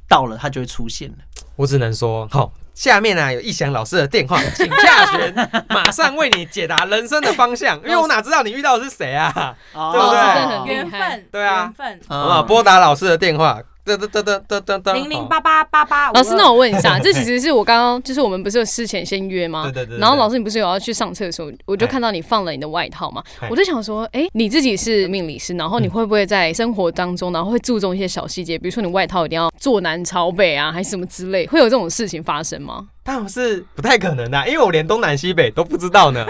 Speaker 4: 到了，他就会出现了？
Speaker 2: 我只能说，好。下面啊有逸翔老师的电话，请洽询，马上为你解答人生的方向。因为我哪知道你遇到的是谁啊？对不对
Speaker 1: 哦真的很厉害
Speaker 5: 缘分，
Speaker 2: 对啊
Speaker 5: 缘分，
Speaker 2: 好不好？
Speaker 4: 嗯
Speaker 2: 拨打老师的电话，噔噔噔噔噔噔噔，
Speaker 5: 零零八八八八，
Speaker 1: 老师，那我问一 下，这其实是我刚刚就是我们不是有事前先约吗？
Speaker 2: 哦对对对对
Speaker 1: 然后老师，你不是有要去上厕所，我就
Speaker 2: 哎
Speaker 1: 看到你放了你的外套嘛
Speaker 2: 哎，
Speaker 1: 我就想说，哎，你自己是命理师，然后你会不会在生活当中，然后会注重一些小细节，比如说你外套一定要坐南朝北啊，还是什么之类，会有这种事情发生吗？
Speaker 2: 当然是不太可能的、啊因为我连东南西北都不知道 呢。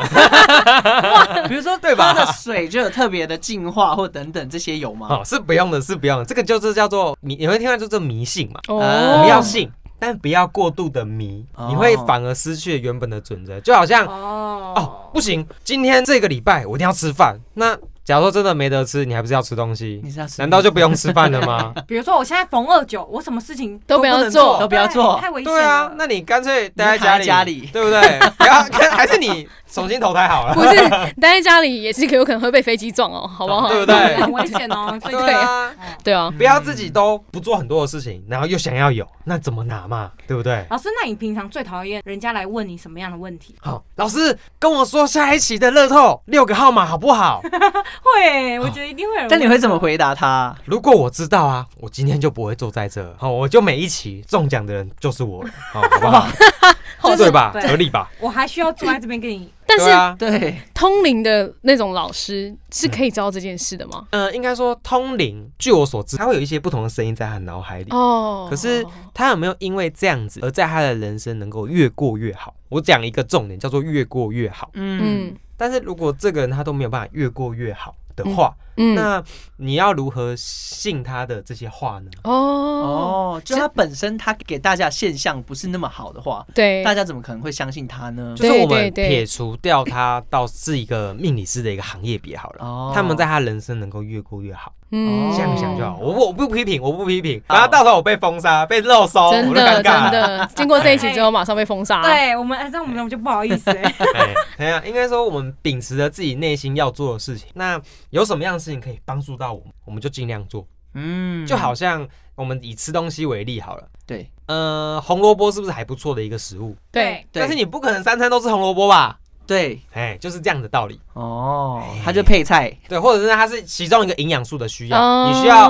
Speaker 4: 比如说
Speaker 2: 对吧
Speaker 4: 喝的水就有特别的净化或等等这些有吗？
Speaker 2: 哦，是不用的，是不用的，这个就是叫做迷，你会听到就叫做迷信嘛，
Speaker 4: 哦
Speaker 2: 我呃们要信。但不要过度的迷，
Speaker 4: 哦
Speaker 2: 你会反而失去原本的准则。就好像哦，
Speaker 5: 哦，
Speaker 2: 不行，今天这个礼拜我一定要吃饭。那假如说真的没得吃，你还不是要吃东西
Speaker 4: 你？是要吃
Speaker 2: 难道就不用吃饭了吗？
Speaker 3: 哎
Speaker 5: 比如说我现在逢二九，我什么事情
Speaker 1: 都不要
Speaker 2: 能做
Speaker 1: 做
Speaker 3: 哦
Speaker 4: 都不要做
Speaker 5: 太危险
Speaker 2: 对啊
Speaker 5: 了，。
Speaker 2: 那你干脆待在
Speaker 4: 你就躺在
Speaker 2: 家里，
Speaker 4: 家里
Speaker 2: 对不对？不要，还是你 重新投胎 好了
Speaker 1: 不， 是待在家里也是有可能会被飞机撞哦，好不好？
Speaker 2: 对不对？
Speaker 3: 很危险哦，这
Speaker 2: 对
Speaker 3: 个
Speaker 2: 啊，
Speaker 1: 对啊，
Speaker 2: 不要自己都不做很多的事情，然后又想要有，那怎么拿嘛？对不对？
Speaker 3: 老师，那你平常最讨厌人家来问你什么样的问题？
Speaker 2: 好，老师跟我说下一期的乐透六个号码好不好？
Speaker 3: 会，我觉得一定会有人问。
Speaker 4: 但你会怎么回答他？
Speaker 2: 如果我知道啊，我今天就不会坐在这。好，我就每一期中奖的人就是我，好，好不好？
Speaker 3: 就是
Speaker 2: 对吧？
Speaker 3: 对
Speaker 2: 合理吧？
Speaker 3: 我还需要坐在这边跟 你
Speaker 1: 但是
Speaker 2: 对啊，嗯
Speaker 4: 对，
Speaker 1: 通灵的那种老师是可以知道这件事的吗？
Speaker 2: 呃，应该说通灵，据我所知，它会有一些不同的声音在他脑海里。
Speaker 1: 哦，
Speaker 2: 可是他有没有因为这样子而在他的人生能够越过越好？我讲一个重点，叫做越过越好。
Speaker 1: 嗯
Speaker 2: 但是如果这个人他都没有办法越过越好的话，
Speaker 1: 嗯
Speaker 2: 那你要如何信他的这些话呢？
Speaker 1: 哦，
Speaker 4: 哦，就他本身他给大家现象不是那么好的话，
Speaker 1: 对，
Speaker 4: 大家怎么可能会相信他呢？
Speaker 2: 就是
Speaker 1: 对
Speaker 2: 我们
Speaker 1: 对
Speaker 2: 撇除掉他到是一个命理师的一个行业别好了。
Speaker 4: 哦
Speaker 2: 他们在他人生能够越过越好，
Speaker 1: 嗯
Speaker 2: 这样想就好。
Speaker 4: 哦
Speaker 2: 我不我不批评，我不批评。
Speaker 4: 好
Speaker 2: 然后到时候我被封杀、被漏收，哦我
Speaker 1: 真
Speaker 2: 就
Speaker 1: 的真
Speaker 2: 尴尬了。
Speaker 1: 的，经过这一集之后马上被封杀。
Speaker 3: 对我们，哎这样我们就不好意思 哎。
Speaker 2: 哎哎呀，应该说我们秉持着自己内心要做的事情，那有什么样的事情可以帮助到我们，我们就尽量做。
Speaker 4: 嗯
Speaker 2: 就好像我们以吃东西为例好了，
Speaker 4: 对
Speaker 2: 呃，红萝卜是不是还不错的一个食物？
Speaker 1: 对，
Speaker 4: 对
Speaker 2: 但是你不可能三餐都吃红萝卜吧？
Speaker 4: 对
Speaker 2: 哎，就是这样的道理。
Speaker 4: 哦，他就配菜，
Speaker 2: 对，或者是它是其中一个营养素的需要，
Speaker 1: 哦
Speaker 2: 你需要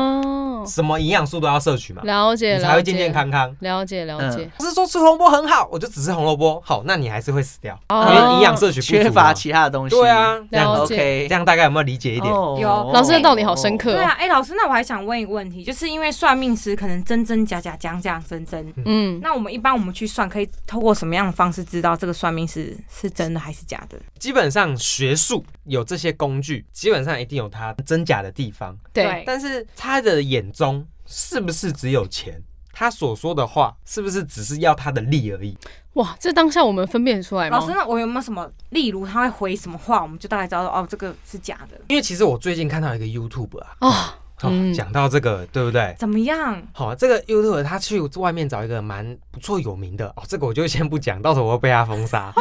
Speaker 2: 什么营养素都要摄取嘛，
Speaker 1: 了解，
Speaker 2: 你才
Speaker 1: 了
Speaker 2: 会
Speaker 1: 解
Speaker 2: 健健，康康。
Speaker 1: 了解了解。
Speaker 2: 不是说吃红萝卜很好，我就只吃红萝卜，好，那你还是会死掉，嗯因
Speaker 1: 哦
Speaker 2: 为营养摄取不足嘛
Speaker 4: 缺乏其他的东西。
Speaker 2: 对啊，这样
Speaker 1: 了解
Speaker 2: 子
Speaker 4: OK，
Speaker 2: 这样大概有没有理解一点？
Speaker 4: 哦
Speaker 3: 有
Speaker 1: 老师的道理好深。刻
Speaker 3: 对
Speaker 1: 哦
Speaker 3: 啊，。哎、老师，那我还想问一个问题，就是因为算命师可能真真假假，讲讲真真。
Speaker 1: 嗯，
Speaker 3: 那我们一般我们去算，可以透过什么样的方式知道这个算命师是真的还是假的？
Speaker 2: 基本上学术有这些工具，基本上一定有它真假的地方，
Speaker 1: 对，
Speaker 2: 但是他的眼中是不是只有钱？他所说的话是不是只是要他的利而已？
Speaker 1: 哇，这当下我们分辨出来吗
Speaker 3: 老？师，那我有没有什么，例如他会回什么话，我们就大概知道哦，这个是假的。
Speaker 2: 因为其实我最近看到一个 YouTube 啊，
Speaker 1: 啊，
Speaker 2: 哦
Speaker 1: 嗯
Speaker 2: 讲、到这个对不对？
Speaker 3: 怎么样？
Speaker 2: 好、这个 YouTube 他去外面找一个蛮不错有名的哦，这个我就先不讲，到时候我会被他封 杀。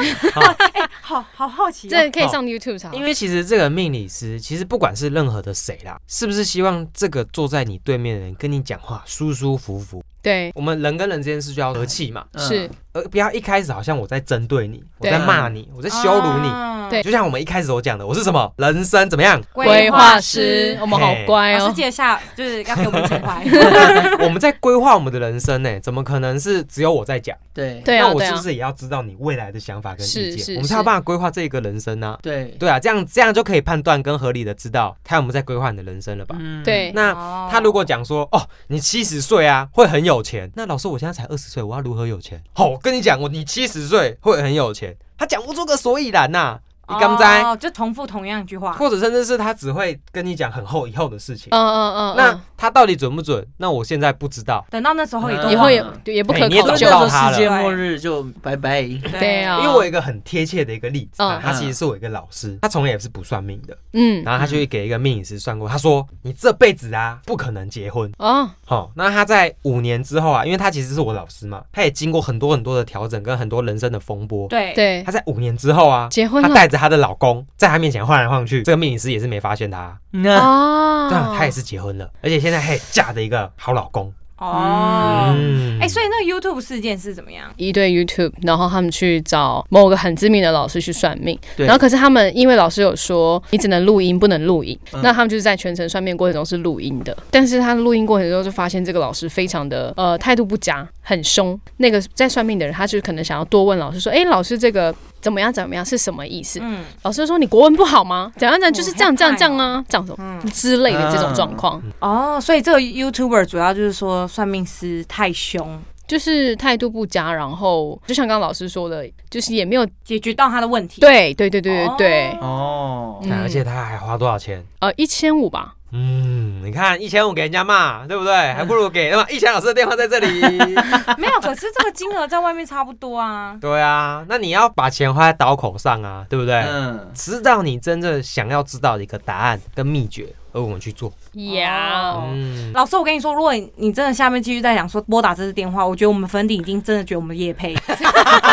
Speaker 3: 好好好奇、哦
Speaker 1: 这可以上 YouTube 查。
Speaker 2: 因为其实这个命理师，其实不管是任何的谁啦，是不是希望这个坐在你对面的人跟你讲话舒舒服服？
Speaker 1: 对，
Speaker 2: 我们人跟人之间是需要和气嘛，
Speaker 4: 嗯
Speaker 1: 是，
Speaker 2: 而不要一开始好像我在针对你，我在
Speaker 1: 对嗯哦
Speaker 2: 骂你，我在羞辱你，
Speaker 1: 对
Speaker 3: 嗯
Speaker 2: 就像我们一开始所讲的，我是什么人生怎么样？
Speaker 1: 规划师，我们好
Speaker 2: 嘿
Speaker 1: 乖
Speaker 3: 老师
Speaker 1: 哦。
Speaker 3: 记得下，就是要给我们 情怀。
Speaker 2: 我们在规划我们的人生呢、怎么可能是只有我在讲？
Speaker 4: 对
Speaker 1: 对啊，
Speaker 2: 那我
Speaker 1: 对
Speaker 2: 是
Speaker 1: 啊
Speaker 2: 不，是也要知道你未来的想法跟意
Speaker 1: 是是
Speaker 2: 见？我们才有
Speaker 1: 是
Speaker 2: 办法规划这个人生呢、
Speaker 4: 对
Speaker 2: 对啊，这样这样就可以判断跟合理的知道他有没有在规划你的人生了吧？
Speaker 4: 嗯
Speaker 1: 对，
Speaker 2: 那
Speaker 3: 哦
Speaker 2: 他如果讲说哦，你七十岁啊会很有钱，那老师我现在才二十岁，我要如何有钱？好、我跟你讲，我你七十岁会很有钱，他讲不出个所以然呐、你刚才，
Speaker 3: 哦，就重复同样一句话。
Speaker 2: 或者甚至是他只会跟你讲很后以后的事情。
Speaker 1: 嗯嗯嗯，
Speaker 2: 那他到底准不准？那我现在不知道，
Speaker 3: 等到那时候也都
Speaker 1: 嗯
Speaker 3: 忘
Speaker 1: 以
Speaker 3: 了
Speaker 1: 后也也不可
Speaker 2: 嘿你也
Speaker 1: 考
Speaker 2: 找
Speaker 4: 就
Speaker 1: 究。
Speaker 2: 不到
Speaker 4: 叫做
Speaker 2: 他
Speaker 4: 世界
Speaker 2: 了。
Speaker 3: 了
Speaker 4: 末日就拜拜。
Speaker 1: 对啊
Speaker 2: 因为我有一个很贴切的一个例子，
Speaker 1: 嗯
Speaker 2: 啊他其实是我一个老师，他从来也是不算命的，
Speaker 1: 嗯，
Speaker 2: 然后他就给一个命理师算过，他说你这辈子啊不可能结婚。
Speaker 1: 哦，
Speaker 2: 好、那他在五年之后啊，因为他其实是我老师嘛，他也经过很多很多的调整跟很多人生的风波。
Speaker 3: 对
Speaker 1: 对
Speaker 2: 他，在五年之后啊，
Speaker 1: 结婚
Speaker 2: 他
Speaker 1: 了
Speaker 2: 带着他的老公在他面前晃来晃去，这个命理师也是没发现他，
Speaker 4: 那
Speaker 1: 啊，
Speaker 2: 对啊，他也是结婚了，而且现在还嫁着一个好老公。
Speaker 3: 哦，
Speaker 2: 嗯
Speaker 3: 哎、所以那个 YouTube 事件是怎么样？
Speaker 1: 一对 YouTube，然后他们去找某个很知名的老师去算命，
Speaker 4: 对
Speaker 1: 然后可是他们因为老师有说你只能录音不能录影，
Speaker 4: 嗯
Speaker 1: 那他们就是在全程算命过程中是录音的，但是他录音过程中就发现这个老师非常的呃态度不佳，很凶。那个在算命的人，他就可能想要多问老师说，哎，老师这个怎么样怎么样是什么意思？
Speaker 3: 嗯，
Speaker 1: 老师就说你国文不好吗？怎样怎样就是这样这样这样啊，这样什么
Speaker 3: 嗯
Speaker 1: 之类的这种状况，
Speaker 3: 哦，所以这个 YouTuber 主要就是说算命师太凶，
Speaker 1: 就是态度不佳，然后就像刚刚老师说的，就是也没有
Speaker 3: 解决到他的问题。
Speaker 1: 对对对对对对。
Speaker 3: 哦
Speaker 4: 哦
Speaker 1: 嗯
Speaker 2: 啊而且他还花多少钱？
Speaker 1: 呃一千五吧，
Speaker 2: 嗯，你看一千五给人家骂，对不对？还不如给那么一千老师的电话在这里。
Speaker 3: 没有，可是这个金额在外面差不多啊。
Speaker 2: 对啊，那你要把钱花在刀口上啊，对不对？
Speaker 4: 嗯，
Speaker 2: 知道你真正想要知道的一个答案跟秘诀，而我们去做。
Speaker 1: 呀、
Speaker 3: 哦
Speaker 2: 嗯，
Speaker 3: 老师，我跟你说，如果你真的下面继续在讲说拨打这支电话，我觉得我们粉底已经真的觉得我们夜配，
Speaker 2: 啊真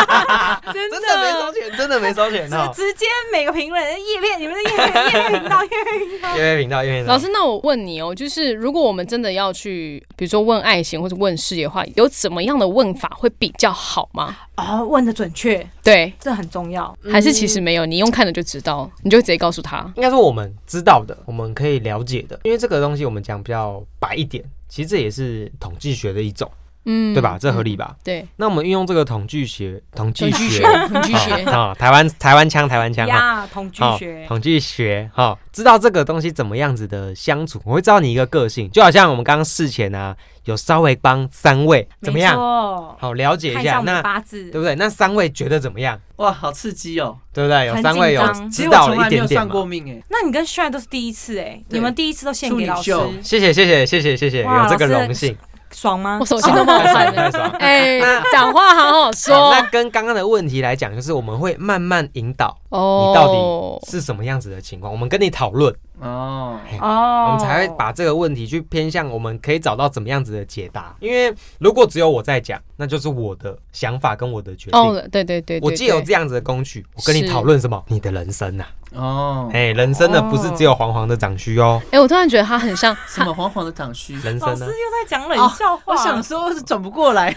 Speaker 2: 的没收钱，真的没 收钱哦。
Speaker 3: 直接每个评论夜配，你们的夜配夜配频道，夜配频道
Speaker 2: 因。为频道，因为
Speaker 1: 老师，那我问你哦，就是如果我们真的要去，比如说问爱情或者问事业的话，有怎么样的问法会比较好吗？
Speaker 3: 哦，问的准确，
Speaker 1: 对，
Speaker 3: 这很重要。
Speaker 1: 还是其实没有，你用看了就知道，你就直接告诉他。
Speaker 2: 应该说我们知道的，我们可以了解的，因为这个东西我们讲比较白一点，其实这也是统计学的一种，
Speaker 1: 嗯，
Speaker 2: 对吧？这合理吧？
Speaker 1: 对，
Speaker 2: 那我们运用这个统计学，统计
Speaker 1: 统计
Speaker 2: 学
Speaker 1: 学， 统计学
Speaker 2: 啊，啊台湾台湾腔，台湾腔啊。
Speaker 3: 呀，同居
Speaker 2: 好
Speaker 3: 学，
Speaker 2: 统计学，哈、知道这个东西怎么样子的相处，我会知道你一个个性，就好像我们刚刚事前啊，有稍微帮三位怎么
Speaker 3: 没
Speaker 2: 样，
Speaker 3: 错
Speaker 2: 好了解
Speaker 3: 看
Speaker 2: 一
Speaker 3: 一下
Speaker 2: 下，
Speaker 3: 我们的
Speaker 2: 那
Speaker 3: 八字
Speaker 2: 对。不对？那三位觉得怎么样？
Speaker 4: 哇，好刺激哦！
Speaker 2: 对不对？有
Speaker 3: 很
Speaker 2: 三位
Speaker 3: 紧
Speaker 2: 有
Speaker 3: 张
Speaker 4: 其
Speaker 2: 知
Speaker 4: 实
Speaker 2: 道
Speaker 4: 我从
Speaker 2: 了
Speaker 4: 来
Speaker 2: 一
Speaker 4: 没有
Speaker 2: 点点
Speaker 4: 上过
Speaker 2: 吗？
Speaker 4: 命哎，
Speaker 3: 那你跟 Shine 都是第一次哎，
Speaker 4: 对
Speaker 3: 你们第一次都献给老师
Speaker 4: 处女，
Speaker 2: 谢谢谢谢谢谢谢谢，
Speaker 3: 哇
Speaker 2: 有这个
Speaker 3: 老师
Speaker 2: 荣幸。
Speaker 3: 爽吗
Speaker 1: 我？手心都冒 汗了。
Speaker 2: 爽
Speaker 1: 哎，讲话好好
Speaker 2: 好
Speaker 1: 说
Speaker 2: 那跟刚刚的问题来讲，就是我们会慢慢引导
Speaker 1: 哦。
Speaker 2: 你到底是什么样子的情况，我们跟你讨论，
Speaker 4: 哦，
Speaker 3: 哦，
Speaker 2: 我们才会把这个问题去偏向我们可以找到怎么样子的解答。因为如果只有我在讲，那就是我的想法跟我的决定。
Speaker 1: 哦，对对对，对
Speaker 2: 我既有
Speaker 1: 对
Speaker 2: 这样子的工具，我跟你
Speaker 1: 是
Speaker 2: 讨论什么？你的人生呐、
Speaker 4: 哦，
Speaker 2: 哎、人生呢不是只有黄黄的长须哦，
Speaker 1: 哎，我突然觉得他很像
Speaker 4: 什么黄黄的长 须？
Speaker 2: 人
Speaker 3: 老
Speaker 2: 生
Speaker 3: 师
Speaker 2: 呢
Speaker 3: 又，在讲冷笑话，
Speaker 4: 我想说是转不过来，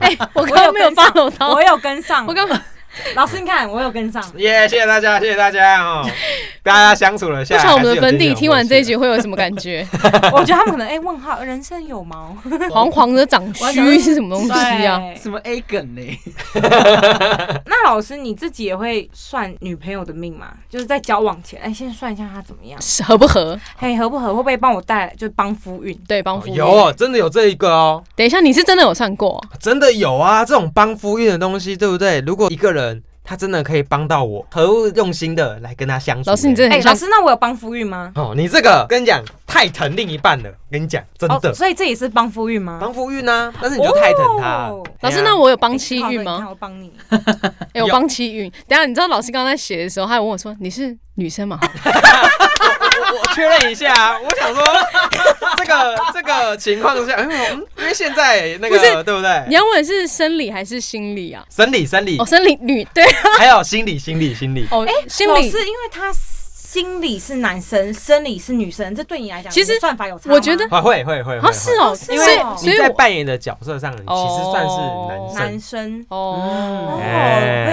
Speaker 1: 哎我刚刚没有
Speaker 3: 我有跟上
Speaker 1: follow 到
Speaker 3: 我，有跟上，
Speaker 1: 我刚刚
Speaker 3: 老师你看我有跟上，
Speaker 2: 耶谢谢大家，谢谢大家 哦，大家相处了
Speaker 1: 不
Speaker 2: 下来，
Speaker 1: 晓得我们的
Speaker 2: 还是有
Speaker 1: 粉底
Speaker 2: 这些
Speaker 1: 听完这一
Speaker 2: 默契
Speaker 1: 集会有什么感觉？
Speaker 3: 我觉得他们可能哎问号，人生有毛，
Speaker 1: 黄黄的长
Speaker 4: 我还想说
Speaker 1: 须是什么东西啊？
Speaker 3: 对
Speaker 4: 什么 A 梗嘞？
Speaker 3: 那老师你自己也会算女朋友的命吗？就是在交往前，哎，先算一下她怎么样，
Speaker 1: 是合不合？
Speaker 3: 嘿，合不合，会不会帮我带来，就是帮夫运？
Speaker 1: 对，帮夫
Speaker 2: 哦
Speaker 1: 运
Speaker 2: 有哦，真的有这一个哦，
Speaker 1: 等一下，你是真的有算过？
Speaker 2: 真的有啊，这种帮夫运的东西，对不对？如果一个人他真的可以帮到我，何不用心的来跟他相处呢？
Speaker 1: 老师，你真的
Speaker 3: 哎，
Speaker 1: 很
Speaker 3: 老
Speaker 1: 像
Speaker 3: 师，那我有帮夫运吗？
Speaker 2: 哦，你这个跟你讲太疼另一半了，跟你讲真的
Speaker 3: 哦，所以这也是帮夫运吗？
Speaker 2: 帮夫运呢，但是你就太疼他。
Speaker 3: 哦
Speaker 1: 老师，
Speaker 2: 哎呀
Speaker 1: 那我有帮
Speaker 3: 哎
Speaker 1: 妻
Speaker 3: 好的
Speaker 1: 运
Speaker 3: 你看
Speaker 1: 吗？
Speaker 3: 我帮你，
Speaker 1: 哎，我
Speaker 2: 有
Speaker 1: 帮妻运。等一下，你知道老师刚刚在写的时候，他还问我说：“你是女生吗
Speaker 2: 我我确认一下啊，我 想说这个这个情况下，嗯因为现在那个
Speaker 1: 不是
Speaker 2: 对不？”
Speaker 1: 你
Speaker 2: 对？
Speaker 1: 要问是生理还是心理啊？
Speaker 2: 生理生理
Speaker 1: 哦，，生理女对
Speaker 2: 还有心理心理心理，
Speaker 1: 哦，心
Speaker 3: 老
Speaker 1: 理
Speaker 3: 师，因为他心理是男生，生理是女生，这对你来讲，
Speaker 1: 其实
Speaker 3: 你的算法有差吗
Speaker 1: 我觉得
Speaker 2: 啊会会会
Speaker 1: 啊
Speaker 2: 会
Speaker 1: 是
Speaker 2: 会
Speaker 1: 哦，
Speaker 3: 是
Speaker 1: 因
Speaker 3: 哦
Speaker 1: 为所
Speaker 2: 你
Speaker 1: 以
Speaker 2: 在
Speaker 1: 我
Speaker 2: 扮演的角色上，你其实算
Speaker 1: 哦
Speaker 2: 是男
Speaker 3: 男
Speaker 2: 生。
Speaker 3: 生哦，
Speaker 1: 哦，
Speaker 2: 哎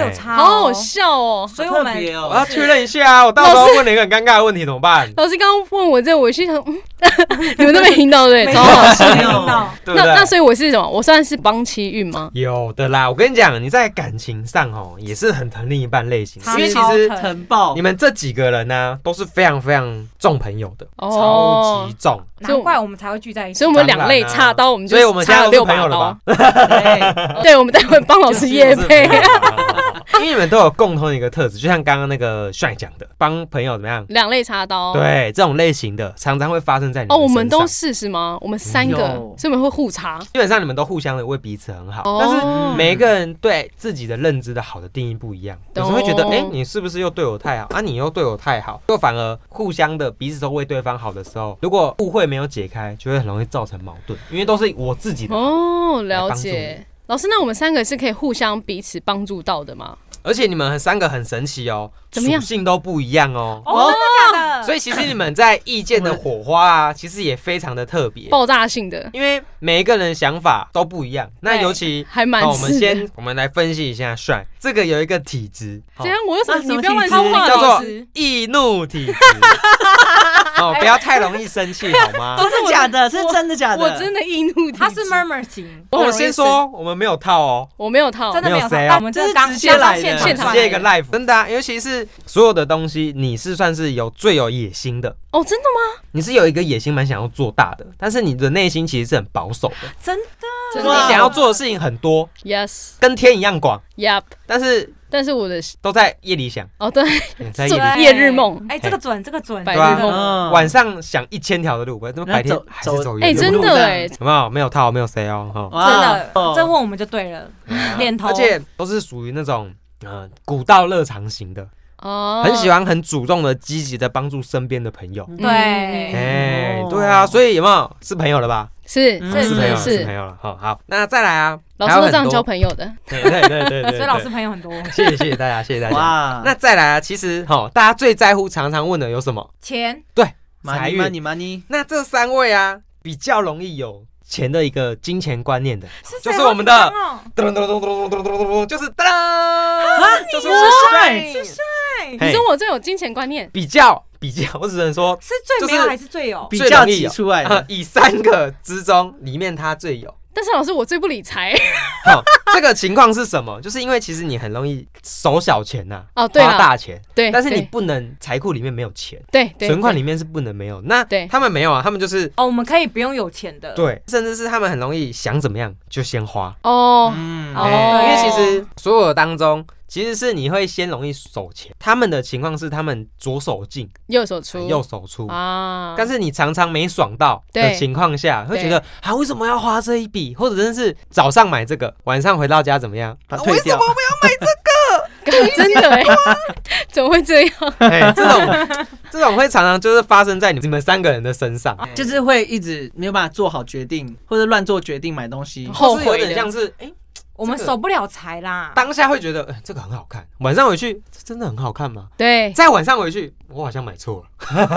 Speaker 3: 会有差哦，
Speaker 1: 好好笑哦。
Speaker 3: 所以我们
Speaker 4: 好特别哦
Speaker 2: 我要确认一下啊，我到时候问了一个很尴尬的问题怎么 办？
Speaker 1: 老师刚刚问我这，我心想，嗯 你们都没听到对不对，
Speaker 3: 没
Speaker 1: 超好笑。
Speaker 3: 错 没听到。
Speaker 2: 对不
Speaker 1: 那
Speaker 2: 对？
Speaker 1: 那所以我是什么？我算是帮妻运吗？
Speaker 2: 有的啦，我跟你讲，你在感情上哦，也是很疼另一半类型，
Speaker 3: 他
Speaker 2: 因为其
Speaker 3: 超
Speaker 2: 实
Speaker 3: 疼
Speaker 4: 藤爆
Speaker 2: 你，们这几个人呢、都是非常非常重朋友的，
Speaker 1: 哦
Speaker 2: 超级，重，
Speaker 3: 难怪我们才会聚在一起
Speaker 1: 所以。我们两肋
Speaker 2: 当然啊
Speaker 1: 插刀，我们就
Speaker 2: 所以我们现
Speaker 1: 插
Speaker 2: 在
Speaker 1: 了
Speaker 2: 都是
Speaker 1: 六
Speaker 2: 朋
Speaker 1: 把
Speaker 2: 友了
Speaker 1: 刀
Speaker 2: 吧。？
Speaker 4: 对
Speaker 1: 对，我们待会帮老 师夜配。
Speaker 2: 因为你们都有共同的一个特质，就像刚刚那个帅讲的，帮朋友怎么样？
Speaker 1: 两肋插刀。。
Speaker 2: 对，这种类型的常常会发生在你
Speaker 1: 哦，
Speaker 2: 们
Speaker 1: 我们
Speaker 2: 身上
Speaker 1: 都是是吗？我们三个
Speaker 4: 有，
Speaker 1: 所以我们会互查。
Speaker 2: 基本上你们都互相的为彼此很好，
Speaker 1: 哦
Speaker 2: 但是每一个人对自己的认知的好的定义不一样，有
Speaker 1: 懂
Speaker 2: 时候会觉得，哎、你是不是又对我太好啊？你又对我太好，又反而互相的彼此都为对方好的时候，如果误会没有解开，就会很容易造成矛盾，因为都是我自己的，
Speaker 1: 哦，了
Speaker 2: 来帮
Speaker 1: 解。老师，那我们三个是可以互相彼此帮助到的吗？
Speaker 2: 而且你们三个很神奇哦，
Speaker 1: 怎么样
Speaker 2: 属性都不一样哦。
Speaker 3: 哦，真的假的？
Speaker 2: 所以其实你们在意见的火花啊，其实也非常的特别，
Speaker 1: 爆炸性的，
Speaker 2: 因为每一个人想法都不一样。那
Speaker 1: 对
Speaker 2: 尤其
Speaker 1: 还蛮
Speaker 2: 好，我们
Speaker 1: 是的。
Speaker 2: 先我们来分析一下帅这个有一个体质，好
Speaker 1: 怎样？我又什
Speaker 4: 啊
Speaker 1: 么？
Speaker 4: 什
Speaker 1: 你
Speaker 4: 么
Speaker 1: 不要乱
Speaker 4: 体质
Speaker 1: 说话，
Speaker 2: 叫
Speaker 1: 老
Speaker 2: 做
Speaker 1: 师。
Speaker 2: 易怒 体质。哦，不要太容易生气好吗？
Speaker 4: 真的假的？是真的假的？
Speaker 1: 我真的易怒体质
Speaker 3: 他是 murmur 型，
Speaker 1: 我很容
Speaker 2: 我
Speaker 1: 易
Speaker 2: 们先
Speaker 1: 生，
Speaker 2: 说，我们没有套哦，
Speaker 1: 我没有套，
Speaker 3: 真的没有
Speaker 2: 没有谁
Speaker 3: 他。
Speaker 2: 啊
Speaker 3: 但我们
Speaker 4: 这是
Speaker 3: 刚
Speaker 4: 直接来的
Speaker 3: 现
Speaker 1: 现
Speaker 3: 场
Speaker 1: 场
Speaker 2: 直接一个 live，真的啊，尤其是所有的东西，你是算是有最有有野心的，
Speaker 1: 哦，真的吗？
Speaker 2: 你是有一个野心蛮想要做大的，但是你的内心其实是很保守的，
Speaker 5: 真
Speaker 2: 就
Speaker 1: 真
Speaker 2: 是你想
Speaker 1: 的
Speaker 2: 要做的事情很多，
Speaker 1: ？Yes,
Speaker 2: 跟天一样广，
Speaker 1: Yep。
Speaker 2: 但是
Speaker 1: 但是我的
Speaker 2: 都在夜 里想，
Speaker 1: 哦，对，
Speaker 2: 嗯在夜
Speaker 1: 做
Speaker 2: 里想
Speaker 1: 夜日梦
Speaker 3: 哎，这个准，这个准，啊
Speaker 1: 白
Speaker 2: 日梦
Speaker 3: 真的
Speaker 4: 嗯
Speaker 2: 晚上想一千条的路，怎么白天
Speaker 4: 那走
Speaker 2: 还
Speaker 4: 走
Speaker 2: 是走
Speaker 1: 哎、
Speaker 2: 夜路？
Speaker 1: 真的哎、
Speaker 2: 有没有没有套没有 C 哦，哈、
Speaker 4: 哇
Speaker 3: 真的，
Speaker 4: 哦
Speaker 3: 这问我们就对了，点头，
Speaker 2: 啊而且都是属于那种呃古道热肠型的，
Speaker 1: 哦，
Speaker 2: 很喜欢很主动的、积极的帮助身边的朋友。
Speaker 1: 嗯，
Speaker 3: 对
Speaker 2: 哎、
Speaker 4: 哦
Speaker 2: 对啊，所以有没有是朋友了吧？
Speaker 1: 是
Speaker 4: 嗯
Speaker 2: 是
Speaker 1: 是
Speaker 2: 朋友
Speaker 1: 是
Speaker 2: 了，是朋友了。好好，那再来啊，
Speaker 1: 老
Speaker 2: 还
Speaker 1: 师都
Speaker 2: 有很
Speaker 1: 这样
Speaker 2: 多
Speaker 1: 交朋友的，
Speaker 2: 对对对对对
Speaker 3: 所以老师朋友很多，
Speaker 2: 谢谢谢谢大家，谢谢大家。
Speaker 4: 哇，
Speaker 2: 那再来啊，其实哈，齁大家最在乎、常常问的有什么？
Speaker 3: 钱
Speaker 2: 财
Speaker 4: money
Speaker 2: 运
Speaker 4: money money，
Speaker 2: 那这三位啊，比较容易有钱的一个金钱观念的，
Speaker 3: 谁
Speaker 2: 就是我
Speaker 3: 好
Speaker 2: 们的
Speaker 3: 紧张哦
Speaker 2: 噔噔噔噔噔噔噔噔噔，就是 噔噔，就是
Speaker 1: 哦
Speaker 4: 帅
Speaker 2: 是帅，
Speaker 1: 啊你
Speaker 2: 嘿
Speaker 1: 说我最有金钱观念，
Speaker 2: 比较比较，我只能说
Speaker 3: 是最没
Speaker 2: 就
Speaker 3: 有
Speaker 2: 是
Speaker 3: 还是最有？
Speaker 4: 比
Speaker 2: 最
Speaker 4: 较
Speaker 2: 容易
Speaker 4: 急啊
Speaker 2: 有
Speaker 4: 出来
Speaker 2: 呃
Speaker 4: 的，
Speaker 2: 以三个之中，里面他最 有。
Speaker 1: 但是老师我最不理财
Speaker 2: 好，这个情况是什么？就是因为其实你很容易手小钱呐、
Speaker 1: 哦，对
Speaker 2: 花
Speaker 1: 了，
Speaker 2: 大钱，
Speaker 1: 对，
Speaker 2: 但是你
Speaker 1: 对
Speaker 2: 不能财库里面没有钱，
Speaker 1: 对对
Speaker 2: 存款
Speaker 1: 对
Speaker 2: 里面是不能没有。那
Speaker 1: 对
Speaker 2: 他们没有啊，他们就是
Speaker 3: 哦，我们可以不用有钱的，
Speaker 2: 对，甚至是他们很容易想怎么样就先花。
Speaker 1: 哦，
Speaker 4: 嗯
Speaker 3: 哦
Speaker 2: 哎因为其实所有当中，其实是你会先容易手钱。他们的情况是他们左手进，
Speaker 1: 右手出
Speaker 2: 右手出。
Speaker 1: 啊，
Speaker 2: 但是你常常没爽到的
Speaker 1: 对
Speaker 2: 情况下，会觉
Speaker 1: 对
Speaker 2: 得啊，为什么要花这一笔？或者真的是早上买这个，晚上回到家怎么样？
Speaker 4: 把它退掉，
Speaker 1: 真的哎、 怎么会这 样？
Speaker 2: 哎，这种 这种会常常就是发生在你们三个人的身上，
Speaker 4: 就是会一直没有办法做好决定，或者乱做决定买东 西。
Speaker 1: 后
Speaker 2: 就是有
Speaker 1: 悔
Speaker 2: 点
Speaker 1: 的
Speaker 2: 像是哎，
Speaker 3: 我们守不了财啦。
Speaker 2: 当下会觉得哎这个很好看，晚上回去这真的很好看吗？
Speaker 1: 对
Speaker 2: 再晚上回去，我好像买错了，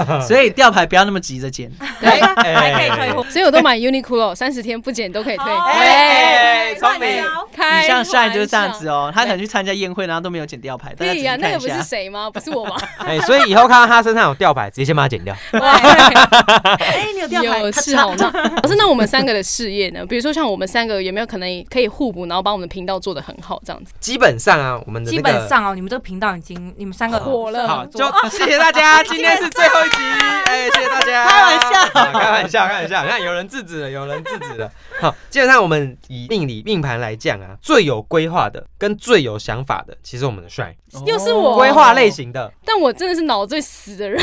Speaker 1: 嗯
Speaker 4: 所以吊牌不要那么急着剪，
Speaker 2: 哎
Speaker 3: 还可以退货，哎
Speaker 1: 所以我都买 Uniqlo，三 十天不减都可以退。
Speaker 3: 好
Speaker 2: 哎聪明
Speaker 3: 乱聊
Speaker 1: 开
Speaker 4: 你像帅就是这样子
Speaker 1: 哦。
Speaker 4: 哦，他可能去参加宴会，然后都没有剪吊牌，大家仔
Speaker 1: 对
Speaker 4: 细
Speaker 1: 呀、那个
Speaker 4: 看一
Speaker 1: 不是
Speaker 4: 下。
Speaker 1: 谁吗？不是我吗？
Speaker 2: 哎，所以以后看到他身上有吊牌，直接先把它剪掉。
Speaker 3: 哎哎，你有掉牌
Speaker 1: 有哦是好吗？ 老师，那我们三个的事业呢？比如说像我们三个有没有可能可以互补，然后把我们的频道做得很好这样子？
Speaker 2: 基本上啊，我们的
Speaker 3: 基
Speaker 2: 那
Speaker 3: 本
Speaker 2: 个
Speaker 3: 上哦，你们这个频道已经你们三个
Speaker 1: 火了
Speaker 2: 好，
Speaker 3: 做
Speaker 2: 就谢谢大
Speaker 1: 哦
Speaker 2: 家，今天是最后一集，哎，谢谢大家。开玩笑，开玩笑，开玩笑。你看，有人制止了，有人制止了。好，基本上我们以命理命盘来讲啊，最有规划的跟最有想法的，其实我们的帅
Speaker 1: 又是我哦
Speaker 2: 规划类，型的，
Speaker 1: 但我真的是脑最死的 人，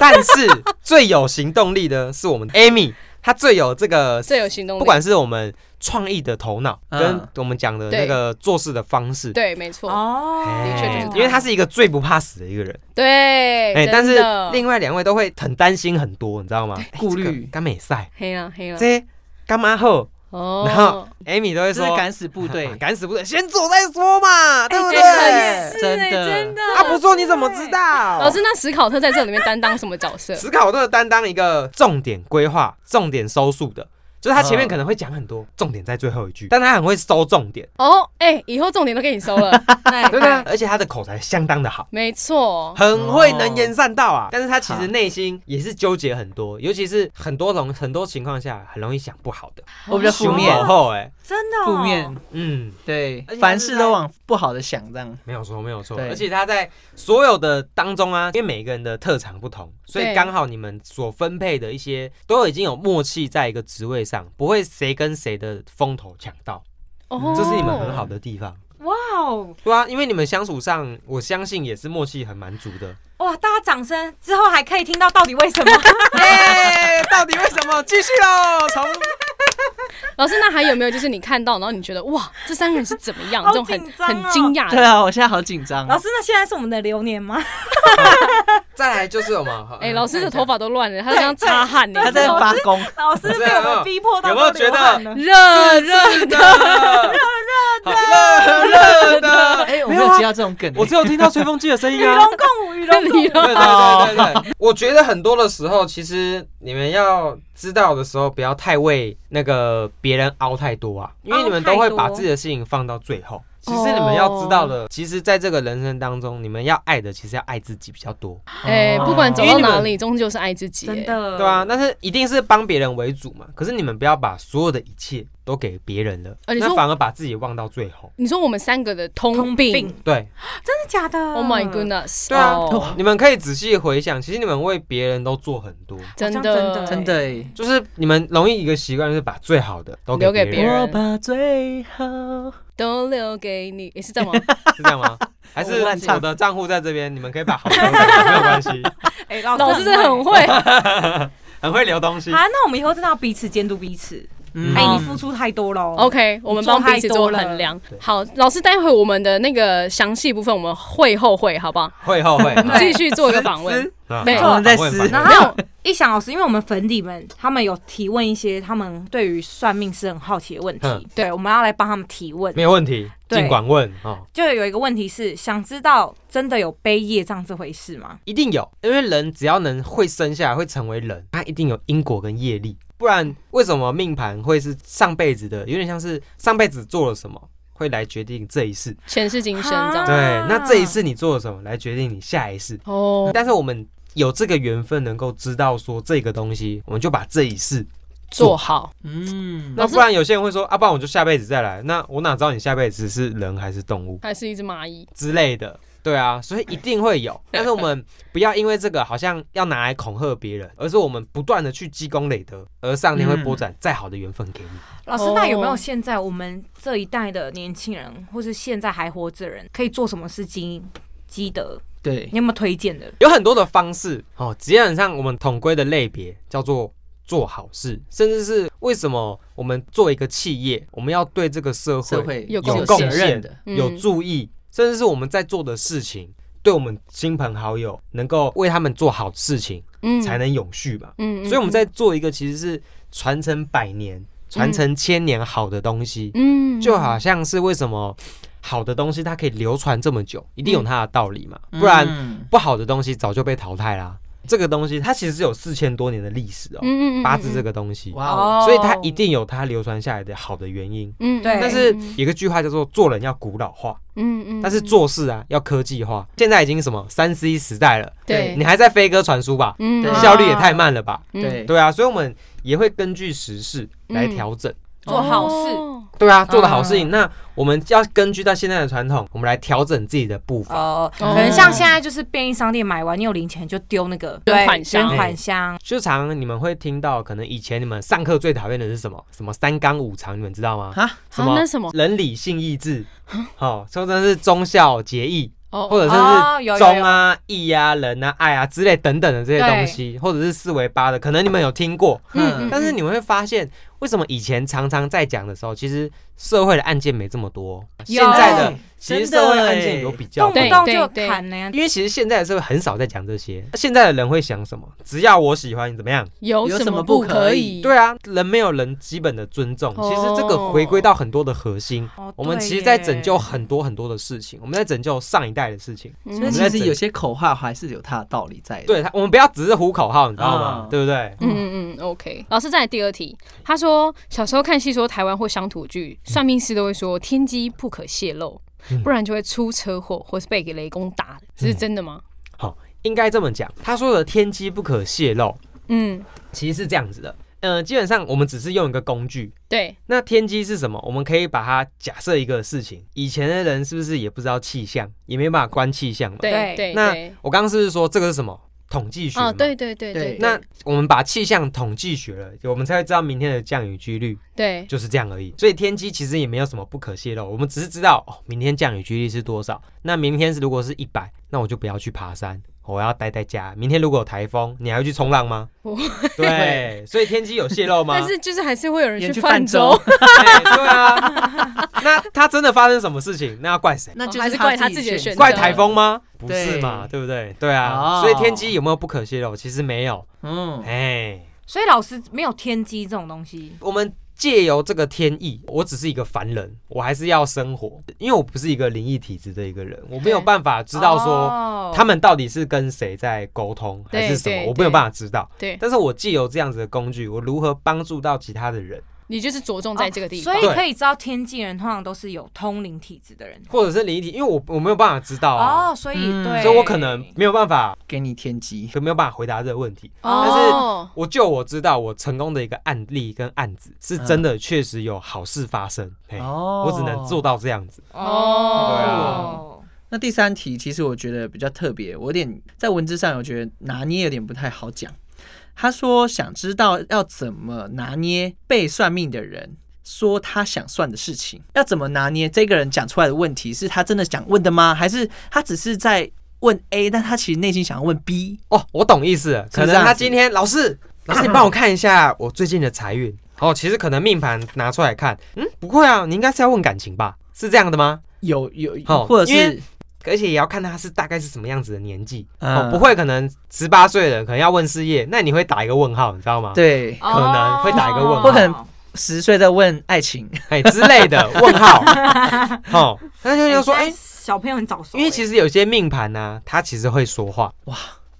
Speaker 2: 但是最有行动力的是 我们的 Amy，她最有这个
Speaker 1: 最有行动力。
Speaker 2: 不管是我们创意的头脑，
Speaker 4: 嗯
Speaker 2: 跟我们讲的那个做事的方式，
Speaker 1: 对，没错，
Speaker 3: 哦，
Speaker 2: 哎
Speaker 1: 的确就是这样
Speaker 2: 因为他是一个最不怕死的一个人，
Speaker 1: 对。
Speaker 2: 哎，
Speaker 1: 真
Speaker 2: 但是
Speaker 1: 的
Speaker 2: 另外两位都会很担心很多，你知道吗？
Speaker 4: 顾虑
Speaker 2: 哎这个干美赛
Speaker 1: 黑了黑了
Speaker 2: 这干嘛后然后
Speaker 1: 哦，
Speaker 2: ，Amy 都会
Speaker 4: 就是
Speaker 2: 说
Speaker 4: 敢死部队
Speaker 2: 啊，敢死不对，先做再说嘛，对不
Speaker 1: 哎
Speaker 2: 对？
Speaker 3: 啊
Speaker 2: 啊
Speaker 1: 真的是
Speaker 4: 真
Speaker 1: 哎
Speaker 4: 的
Speaker 1: 真的。
Speaker 2: 他不做你怎么知道？
Speaker 1: 老师，那史考特在这里面担当什么角色？
Speaker 2: 史考特担当一个重点规划、重点收束的，就是他前面可能会讲很多，重点在最后一句，但他很会收重点，
Speaker 1: 哦，哎，以后重点都给你收 了，
Speaker 3: 对
Speaker 2: 对啊不对？而且他的口才相当的好。
Speaker 1: 没错。
Speaker 2: 很会能言善道啊，但是他其实内心也是纠结很多，尤其是很多容很多情况下很容易想不好的，
Speaker 4: 我 比较负面
Speaker 2: 熊，后哎，
Speaker 3: 真的哦
Speaker 4: 负面，
Speaker 2: 嗯，
Speaker 4: 对
Speaker 2: 而且，
Speaker 4: 凡事都往不好的想，这样
Speaker 2: 没有错没有错，
Speaker 4: 对
Speaker 2: 而且他在所有的当中啊，因为每个人的特长不同，所以
Speaker 1: 对
Speaker 2: 刚好你们所分配的一些都已经有默契在一个职位上，不会谁跟谁的风头抢到，
Speaker 1: 哦，
Speaker 2: 嗯这是你们很好的地方。
Speaker 3: 哇哦，
Speaker 2: 对啊，因为你们相处上，我相信也是默契很蛮足的。
Speaker 3: 哇，大家掌声之后还可以听到到底为 什么？
Speaker 2: 耶！ 到底为什么？继续喽，从
Speaker 1: 老师，那还有没有就是你看到，然后你觉得哇，这三个人是怎么样？
Speaker 3: 好
Speaker 1: 这种很
Speaker 3: 紧张哦
Speaker 1: 很惊讶
Speaker 4: 对
Speaker 1: 的。
Speaker 4: 啊，我现在好紧张
Speaker 3: 老，师，那现在是我们的流年吗？
Speaker 2: 再来就是我们，
Speaker 1: 哎，老
Speaker 2: 啊
Speaker 1: 师的头发都乱了，他刚刚擦汗呢，
Speaker 4: 他在发功，
Speaker 3: 老师被我们逼迫到
Speaker 2: 有没有
Speaker 3: 都流汗了
Speaker 1: 热热
Speaker 2: 的，热热的，热热的。
Speaker 4: 哎，我没有接到这种梗，
Speaker 2: 我只有听到吹风机的声音
Speaker 3: 与
Speaker 2: 啊
Speaker 3: 龙。共 舞，与龙共
Speaker 1: 你
Speaker 3: 舞。
Speaker 2: 对
Speaker 1: 了。
Speaker 2: 对对
Speaker 1: 哦
Speaker 2: 对对，我觉得很多的时候，其实你们要知道的时候，不要太为那个别人凹太多啊，因为你们都会把自己的事情放到最后。其实你们要知道的，其实在这个人生当中，你们要爱的，其实要爱自己比较多，
Speaker 1: 哎，不管走
Speaker 2: 因
Speaker 1: 到
Speaker 2: 为你们
Speaker 1: 哪里，终究是爱自己。
Speaker 3: 真
Speaker 1: 哎，
Speaker 3: 的，
Speaker 2: 对啊，，但是一定是帮别人为主嘛。可是你们不要把所有的一切都给别人了，
Speaker 1: 啊你
Speaker 2: 那
Speaker 1: 说
Speaker 2: 反而把自己忘到最后。
Speaker 1: 你说我们三个的通病
Speaker 3: 病嗯
Speaker 2: 对，
Speaker 3: 真的假的
Speaker 1: o h my goodness！
Speaker 2: 对啊
Speaker 1: 哦
Speaker 2: 你们可以仔细回想，其实你们为别人都做很多，
Speaker 1: 真
Speaker 3: 好像
Speaker 1: 的
Speaker 3: 真
Speaker 4: 真的欸。
Speaker 2: 就是你们容易一个习惯，就是把最好的都
Speaker 1: 留给
Speaker 2: 别
Speaker 1: 别人
Speaker 4: 我把最好
Speaker 1: 都留给你，也是这样吗？
Speaker 2: 是这样 吗？还是
Speaker 4: 我乱唱
Speaker 2: 我的账户在这边，你们可以把好的留给我没有关 系，
Speaker 3: 哎，老
Speaker 1: 老师真的很会，
Speaker 2: 很会留东西。
Speaker 3: 啊，那我们以后真的要彼此监督彼此。
Speaker 4: 嗯
Speaker 3: 哎，你付出太多喽。
Speaker 1: OK，我们帮彼此做衡量
Speaker 2: 对。
Speaker 1: 好，老师，待会我们的那个详细部分，我们会后会，好不好？
Speaker 2: 会后 会，
Speaker 3: 对
Speaker 1: 继续做一个访问
Speaker 3: 是。
Speaker 2: 啊
Speaker 1: 没有
Speaker 2: 好
Speaker 4: 我们在
Speaker 2: 访问
Speaker 4: 撕
Speaker 2: 访问
Speaker 3: 然后一想老师，因为我们粉底们他们有提问一些他们对于算命是很好奇的问
Speaker 2: 嗯
Speaker 3: 题，对，我们要来帮他们提问。
Speaker 2: 没有问题，
Speaker 3: 对
Speaker 2: 尽管问哦，
Speaker 3: 就有一个问题是，想知道真的有背业障这回事吗？
Speaker 2: 一定有，因为人只要能会生下来，会成为人，他一定有因果跟业力，不然为什么命盘会是上辈子的？有点像是上辈子做了什么，会来决定这一世。
Speaker 1: 前世今生这样
Speaker 2: 对
Speaker 1: 吗。
Speaker 3: 啊，
Speaker 2: 那这一世你做了什么，来决定你下一世。
Speaker 1: 哦，
Speaker 2: 但是我们有这个缘分，能够知道说这个东西，我们就把这一世
Speaker 1: 做好。
Speaker 4: 嗯，
Speaker 2: 那
Speaker 1: 老师
Speaker 2: 不然有些人会说啊，不然我就下辈子再来。那我哪知道你下辈子是人还是动物
Speaker 1: 还是一只蚂蚁，
Speaker 2: 之类的？对啊，所以一定会 有。但是我们不要因为这个好像要拿来恐吓别人，而是我们不断的去积功累德，而上天会
Speaker 4: 嗯
Speaker 2: 拨展再好的缘分给你。
Speaker 3: 老师
Speaker 1: 哦，
Speaker 3: 那有没有现在我们这一代的年轻人，或是现在还活着人，可以做什么事情积德？
Speaker 4: 对
Speaker 3: 你，有没有推荐的？
Speaker 2: 有很多的方式哦，基本上我们统归的类别叫做做好事，甚至是为什么我们做一个企业，我们要对这个社会
Speaker 4: 社会
Speaker 1: 有
Speaker 2: 有
Speaker 1: 贡
Speaker 2: 贡
Speaker 1: 献
Speaker 2: 献
Speaker 4: 的，
Speaker 1: 嗯
Speaker 2: 有注意，甚至是我们在做的事情，对我们亲朋好友能够为他们做好事情，
Speaker 1: 嗯
Speaker 2: 才能永续嘛。
Speaker 1: 嗯
Speaker 2: 所以我们在做一个其实是传承百年、传承千年好的东西，
Speaker 1: 嗯
Speaker 2: 就好像是为什么好的东西它可以流传这么久，一
Speaker 1: 嗯
Speaker 2: 定有它的道理嘛，不然
Speaker 4: 嗯
Speaker 2: 不好的东西早就被淘汰啦。这个东西它其实是有四千多年的历史哦，
Speaker 1: 嗯
Speaker 2: 八字这
Speaker 1: 个，
Speaker 2: 个东西，
Speaker 4: 哇哦，
Speaker 2: 所以它一定有它流传下来的好的原因。
Speaker 1: 嗯，
Speaker 3: 对
Speaker 2: 但是有个句话叫做“做人要古老化”，
Speaker 1: 嗯嗯，
Speaker 2: 但是做事啊要科技化。现在已经什么三 C 时代了，
Speaker 1: 对
Speaker 2: 你还在飞鸽传书吧？
Speaker 1: 嗯
Speaker 4: 对
Speaker 2: 效率也太慢了吧？
Speaker 4: 对，
Speaker 2: 对啊，所以我们也会根据时事来调整。
Speaker 1: 哦
Speaker 3: 做好事，
Speaker 2: 对啊，做的好事情，那我们要根据到现在的传统，我们来调整自己的步伐。
Speaker 3: 呃，
Speaker 1: 哦
Speaker 3: 可能像现在就是便利商店买完你有零钱就丢那个
Speaker 1: 捐
Speaker 3: 对
Speaker 1: 款箱
Speaker 3: 捐款箱，
Speaker 2: 就常常你们会听到，可能以前你们上课最讨厌的是什么？什么三纲五常，你们知道吗？
Speaker 4: 啊，
Speaker 1: 什么那什么
Speaker 2: 仁理信义智，好、哦说真的是忠孝节义，或
Speaker 1: 哦，
Speaker 3: 哦
Speaker 2: 者甚
Speaker 3: 有有
Speaker 2: 是忠啊、义啊、仁啊、爱啊之类等等的这些东西，或者是四维八的，可能你们有听过，
Speaker 1: 嗯
Speaker 4: 嗯
Speaker 2: 但是你们会发现，为什么以前常常在讲的时候，其实社会的案件没这么多，现在的其实社会案件有比较
Speaker 3: 动
Speaker 2: 多
Speaker 3: 不。
Speaker 1: 对
Speaker 3: 动就砍呢、
Speaker 2: 因为其实现在的社会很少在讲这些，现在的人会想什么？只要我喜欢，怎么样？
Speaker 1: 有
Speaker 4: 有
Speaker 1: 什
Speaker 4: 什
Speaker 1: 么
Speaker 4: 么不
Speaker 1: 不
Speaker 4: 可
Speaker 1: 可
Speaker 4: 以
Speaker 1: 以？
Speaker 2: 对啊，人没有人基本的尊重。
Speaker 1: 哦
Speaker 2: 其实这个回归到很多的核心，
Speaker 3: 哦
Speaker 2: 我们其实在拯救很多很多的事情，我们在拯救上一代的事情。
Speaker 1: 嗯，
Speaker 4: 所以
Speaker 2: 其
Speaker 4: 其实有些口号还是有它的道理在的。
Speaker 2: 对他，我们不要只是呼口号，你知道吗？
Speaker 4: 嗯
Speaker 2: 对不对？
Speaker 1: 嗯嗯嗯，OK。老师再来第二题，他说小时候看戏说台湾或乡土剧，算命师都会说天机不可泄露，
Speaker 2: 嗯
Speaker 1: 不然就会出车祸或是被雷公打的，这是真的吗？
Speaker 2: 应该这么讲，他说的天机不可泄露，
Speaker 1: 嗯，
Speaker 2: 其实是这样子的。呃，基本上我们只是用一个工具。
Speaker 1: 对，
Speaker 2: 那天机是什么？我们可以把它假设一个事情。以前的人是不是也不知道气象，也没办法观气象嘛？
Speaker 1: 对
Speaker 3: 对
Speaker 1: 对
Speaker 2: 那
Speaker 1: 对，
Speaker 2: 我刚刚是不是说这个是什么统计学嘛？
Speaker 1: 哦，对对对对，
Speaker 4: 对
Speaker 2: 那我们把气象统计学了，我们才会知道明天的降雨几率
Speaker 1: 对
Speaker 2: 就是这样而已。所以天机其实也没有什么不可泄露，我们只是知道哦，明天降雨几率是多少。那明天是如果是一百，那我就不要去爬山，我要待在家。明天如果有台风，你还会去冲浪吗
Speaker 1: 不？
Speaker 2: 对，所以天机有泄露 吗？
Speaker 1: 但是就是还是会有人
Speaker 4: 也
Speaker 1: 去
Speaker 4: 去
Speaker 1: 泛
Speaker 4: 泛
Speaker 1: 舟
Speaker 4: 舟，
Speaker 2: 对对啊，那它真的发生什么事情，那要怪谁？
Speaker 4: 那就
Speaker 1: 哦还是怪他自己的选择
Speaker 2: 怪台风吗？不是
Speaker 4: 对
Speaker 2: 嘛，对不对？对啊，
Speaker 4: 哦
Speaker 2: 所以天机有没有不可泄露？其实没有，
Speaker 4: 嗯，
Speaker 2: 哎。
Speaker 3: 所以老师没有天机这种东西，
Speaker 2: 我们借由这个天意，我只是一个凡人，我还是要生活，因为我不是一个灵异体质的一个人，我没有办法知道说
Speaker 3: 哦
Speaker 2: 他们到底是跟谁在沟通还是什
Speaker 1: 对对
Speaker 2: 么，我没有办法知道。
Speaker 1: 对
Speaker 2: 但是我借由这样子的工具，我如何帮助到其他的人？
Speaker 1: 你就是着重在这个地方。
Speaker 3: 所以
Speaker 2: 对
Speaker 3: 可以知道天际人通常都是有通灵体质的人
Speaker 2: 或者是离题，因为我我没有办法知道啊，
Speaker 3: 哦，所以
Speaker 4: 嗯
Speaker 3: 对，
Speaker 2: 所以我可能没有办法，
Speaker 4: 给你天机。
Speaker 2: 可没有办法回答这个问题。
Speaker 3: 但
Speaker 2: 是
Speaker 1: 哦，
Speaker 2: 我就我知道，我成功的一个案例跟案子是真的，确实有好事发生。嘿，
Speaker 4: 哦
Speaker 2: 我只能做到这样子。
Speaker 3: 哦，
Speaker 4: 那第三题其实我觉得比较特别，我有点在文字上我觉得拿捏有点不太好讲。他说想知道要怎么拿捏被算命的人说他想算的事情，要怎么拿捏这个人讲出来的问题是他真的想问的吗？还是他只是在问 A，但他其实内心想要问 B？
Speaker 2: 哦，我懂意思了，
Speaker 4: 是这
Speaker 2: 可
Speaker 4: 样子
Speaker 2: 能他今天 老师，老师你帮我看一下我最近的财运。哦，其实可能命盘拿出来看，嗯，不会啊，你应该是要问感情吧？是这样的吗？
Speaker 4: 有有，
Speaker 2: 哦
Speaker 4: 或者
Speaker 2: 因
Speaker 4: 是
Speaker 2: 为而且也要看他是大概是什么样子的年纪。
Speaker 4: 嗯
Speaker 2: 哦，不会，可能十八岁的人可能要问事业，那你会打一个问号，你知道吗？
Speaker 4: 对哦
Speaker 3: 哦
Speaker 2: 可能会打一个问号
Speaker 4: 或可能十岁在问爱情，
Speaker 2: 哎之类的问 号。哦，那就就
Speaker 3: 现
Speaker 2: 说，哎
Speaker 3: 在，小朋友很早熟欸，
Speaker 2: 因为其实有些命盘呢、它其实会说话，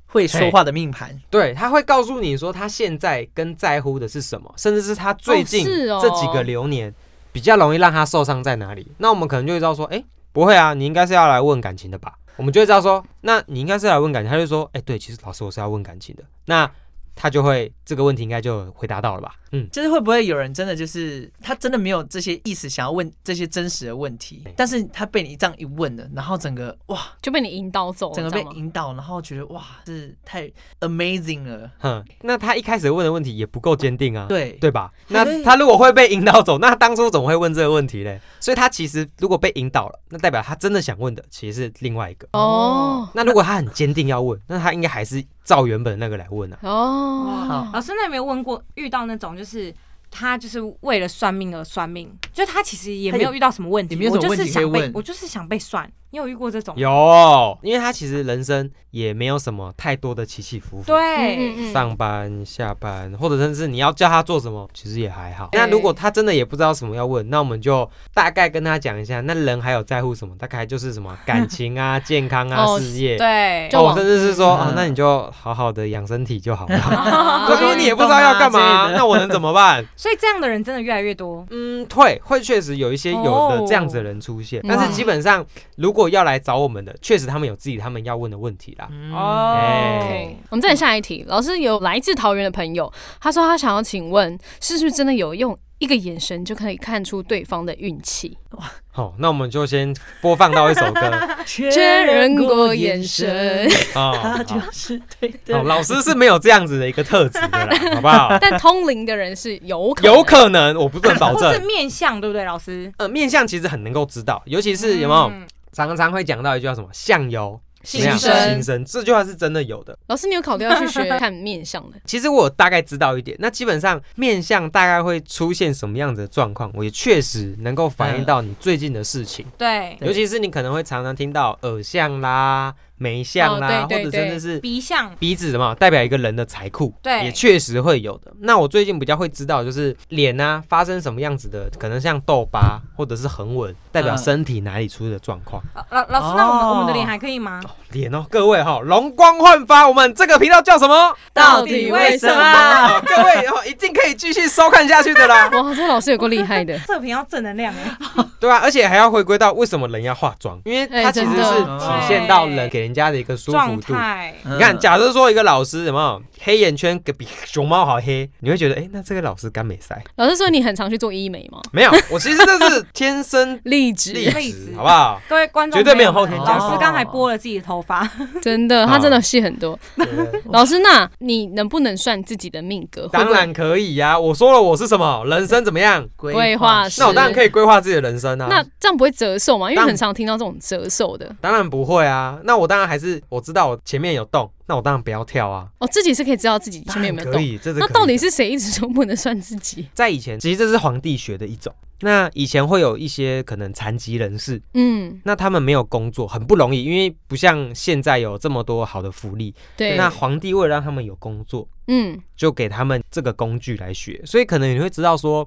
Speaker 4: 会说话的命盘，
Speaker 2: 对，它会告诉你说他现在跟在乎的是什么，甚至是他最近
Speaker 1: 哦
Speaker 2: 啊
Speaker 1: 是哦
Speaker 2: 这几个流年比较容易让他受伤在哪里。那我们可能就会知道说，哎，不会啊，你应该是要来问感情的吧？我们就会知道说，那你应该是来问感情。他就说，哎，对，其实老师我是要问感情的。那他就会这个问题应该就回答到了吧？嗯，
Speaker 4: 就是会不会有人真的就是他真的没有这些意思，想要问这些真实的问题，但是他被你这样一问了，然后整个哇，
Speaker 1: 就被你引导
Speaker 2: 哦
Speaker 1: 走了，
Speaker 4: 整个
Speaker 1: 知道
Speaker 4: 被
Speaker 1: 吗
Speaker 4: 引导，然后觉得哇，是太 amazing 了，
Speaker 2: 哼，
Speaker 1: 嗯
Speaker 2: 那他一开始问的问题也不够坚定啊。
Speaker 4: 对，
Speaker 2: 对吧？
Speaker 4: 还
Speaker 2: 那
Speaker 4: 可以
Speaker 2: 他如果会被引导走，那他当初怎么会问这个问题嘞？所以他其实如果被引导了，那代表他真的想问的其实是另外一个。
Speaker 1: 哦
Speaker 2: 那如果他很坚定要问，那他应该还是照原本那个来问啊。
Speaker 1: 哦
Speaker 4: 好，
Speaker 3: 老师那有没有问过遇到那种就是？他就是为了算命而算命，就他其实也没有遇到什么问题，
Speaker 4: 也没有什
Speaker 3: 我
Speaker 4: 么
Speaker 3: 就
Speaker 4: 问题
Speaker 3: 是想
Speaker 4: 可以
Speaker 3: 被
Speaker 4: 问
Speaker 3: 我就是想被算。你有遇过这种？
Speaker 2: 有，因为他其实人生也没有什么太多的起起伏伏。。
Speaker 3: 对，
Speaker 1: 嗯嗯嗯
Speaker 2: 上班、下班，或者甚至你要叫他做什么，其实也还好。那如果他真的也不知道什么要问，那我们就大概跟他讲一下，那人还有在乎什么？大概就是什么感情啊、健康啊、
Speaker 1: 哦
Speaker 2: 事业。
Speaker 3: 对，
Speaker 1: 就
Speaker 2: 哦，
Speaker 1: 往
Speaker 2: 甚至是说，哦
Speaker 4: 嗯，
Speaker 2: 那你就好好的养身体就 好了。
Speaker 1: 啊
Speaker 2: 对，因为你也不知道要干
Speaker 4: 运动啊之
Speaker 2: 嘛
Speaker 4: 类，的
Speaker 2: 那我能怎么办？
Speaker 3: 所以这样的人真的越来越多。
Speaker 2: 嗯，会会确实有一些有的这样子的人出现，但是基本上如果要来找我们的，确实他们有自己他们要问的问题啦。
Speaker 4: 哦，
Speaker 2: 嗯哎
Speaker 1: 我们再来下一题，老师有来自桃园的朋友，他说他想要请问，是不是真的有用一个眼神就可以看出对方的运 气？
Speaker 2: 好，那我们就先播放到一首歌啊
Speaker 1: 确认过眼神，。？
Speaker 4: 他
Speaker 2: 好
Speaker 4: 就是对的，
Speaker 2: 好老师是没有这样子的一个特质的啦，好不好
Speaker 1: 但通灵的人是有可能
Speaker 2: 有可能，我不能保
Speaker 3: 或是
Speaker 2: 证。
Speaker 3: 面相，对不对，老师？
Speaker 2: 呃，面相其实很能够知道，尤其是有没有
Speaker 3: 嗯？
Speaker 2: 常常会讲到一句叫什么“相由
Speaker 1: 心
Speaker 2: 怎么样
Speaker 1: 生
Speaker 2: 心生”，这句话是真的有的。
Speaker 1: 老师，你有考虑要去学看面相的？
Speaker 2: 其实我大概知道一点，那基本上面相大概会出现什么样子的状况，我也确实能够反映到你最近的事情，
Speaker 3: 对，
Speaker 1: 嗯
Speaker 4: 对
Speaker 2: 尤其是你可能会常常听到耳相啦、眉相啦，
Speaker 1: 哦对对
Speaker 2: 或者甚至是
Speaker 3: 鼻相，
Speaker 2: 鼻子嘛，代表一个人的财库，
Speaker 3: 对
Speaker 2: 也确实会有的。那我最近比较会知道，就是脸啊发生什么样子的，可能像痘疤或者是横纹，代表
Speaker 4: 嗯
Speaker 2: 身体哪里出的状况。
Speaker 3: 老老老师，那我们
Speaker 4: 哦
Speaker 3: 我们的脸还可以吗？
Speaker 2: 脸哦，各位哈、容光焕发，我们这个频道叫什么？
Speaker 1: 到底为什
Speaker 3: 么？，
Speaker 1: 啊
Speaker 2: 哦各位哦，一定可以继续收看下去的啦。
Speaker 1: 哇，这老师有够厉害的
Speaker 3: 这个频道正能量哎，
Speaker 2: 对啊，而且还要回归到为什么人要化妆，因为
Speaker 1: 哎
Speaker 2: 它其实
Speaker 1: 真的
Speaker 2: 是体现到人给人家的一个舒
Speaker 3: 状
Speaker 2: 服度。
Speaker 3: 态。
Speaker 4: 嗯
Speaker 2: 你看，假设说一个老师什么黑眼圈比熊猫好黑，你会觉得，哎、那这个老师干美塞？
Speaker 1: 老师说你很常去做医美吗？
Speaker 2: 没 有，我其实这是天生
Speaker 1: 励
Speaker 2: 丽
Speaker 1: 志，
Speaker 3: 丽
Speaker 2: 质
Speaker 3: 质，
Speaker 2: 好 不好？
Speaker 3: 各位观众，
Speaker 2: 绝对没有后天
Speaker 4: 加
Speaker 3: 老师
Speaker 4: 工
Speaker 3: 刚才拨了自己的头发，
Speaker 1: 真的，他真的戏很多。
Speaker 2: 对不对
Speaker 1: 老师，那你能不能算自己的命格？会
Speaker 2: 当
Speaker 1: 不会
Speaker 2: 然可以呀、我说了，我是什么人生怎么样？
Speaker 4: 嗯
Speaker 1: 规划师
Speaker 2: 那我当然可以规划自己的人生啊。
Speaker 1: 那这样不会折寿吗？因为
Speaker 2: 当
Speaker 1: 很常听到这种折寿的。
Speaker 2: 当然不会啊。那我当然还是我知道我前面有洞，那我当然不要跳啊。
Speaker 1: 哦，自己是可以知道自己前面有没有
Speaker 2: 当然可
Speaker 1: 动。
Speaker 2: 以，这是
Speaker 1: 那
Speaker 2: 可以
Speaker 1: 到
Speaker 2: 的
Speaker 1: 底是谁一直说不能算自己？
Speaker 2: 在以前，其实这是皇帝学的一种。那以前会有一些可能残疾人士，
Speaker 1: 嗯，
Speaker 2: 那他们没有工作，很不容易，因为不像现在有这么多好的福利。
Speaker 1: 对，
Speaker 2: 那皇帝为了让他们有工作，
Speaker 1: 嗯，
Speaker 2: 就给他们这个工具来学，所以可能你会知道说，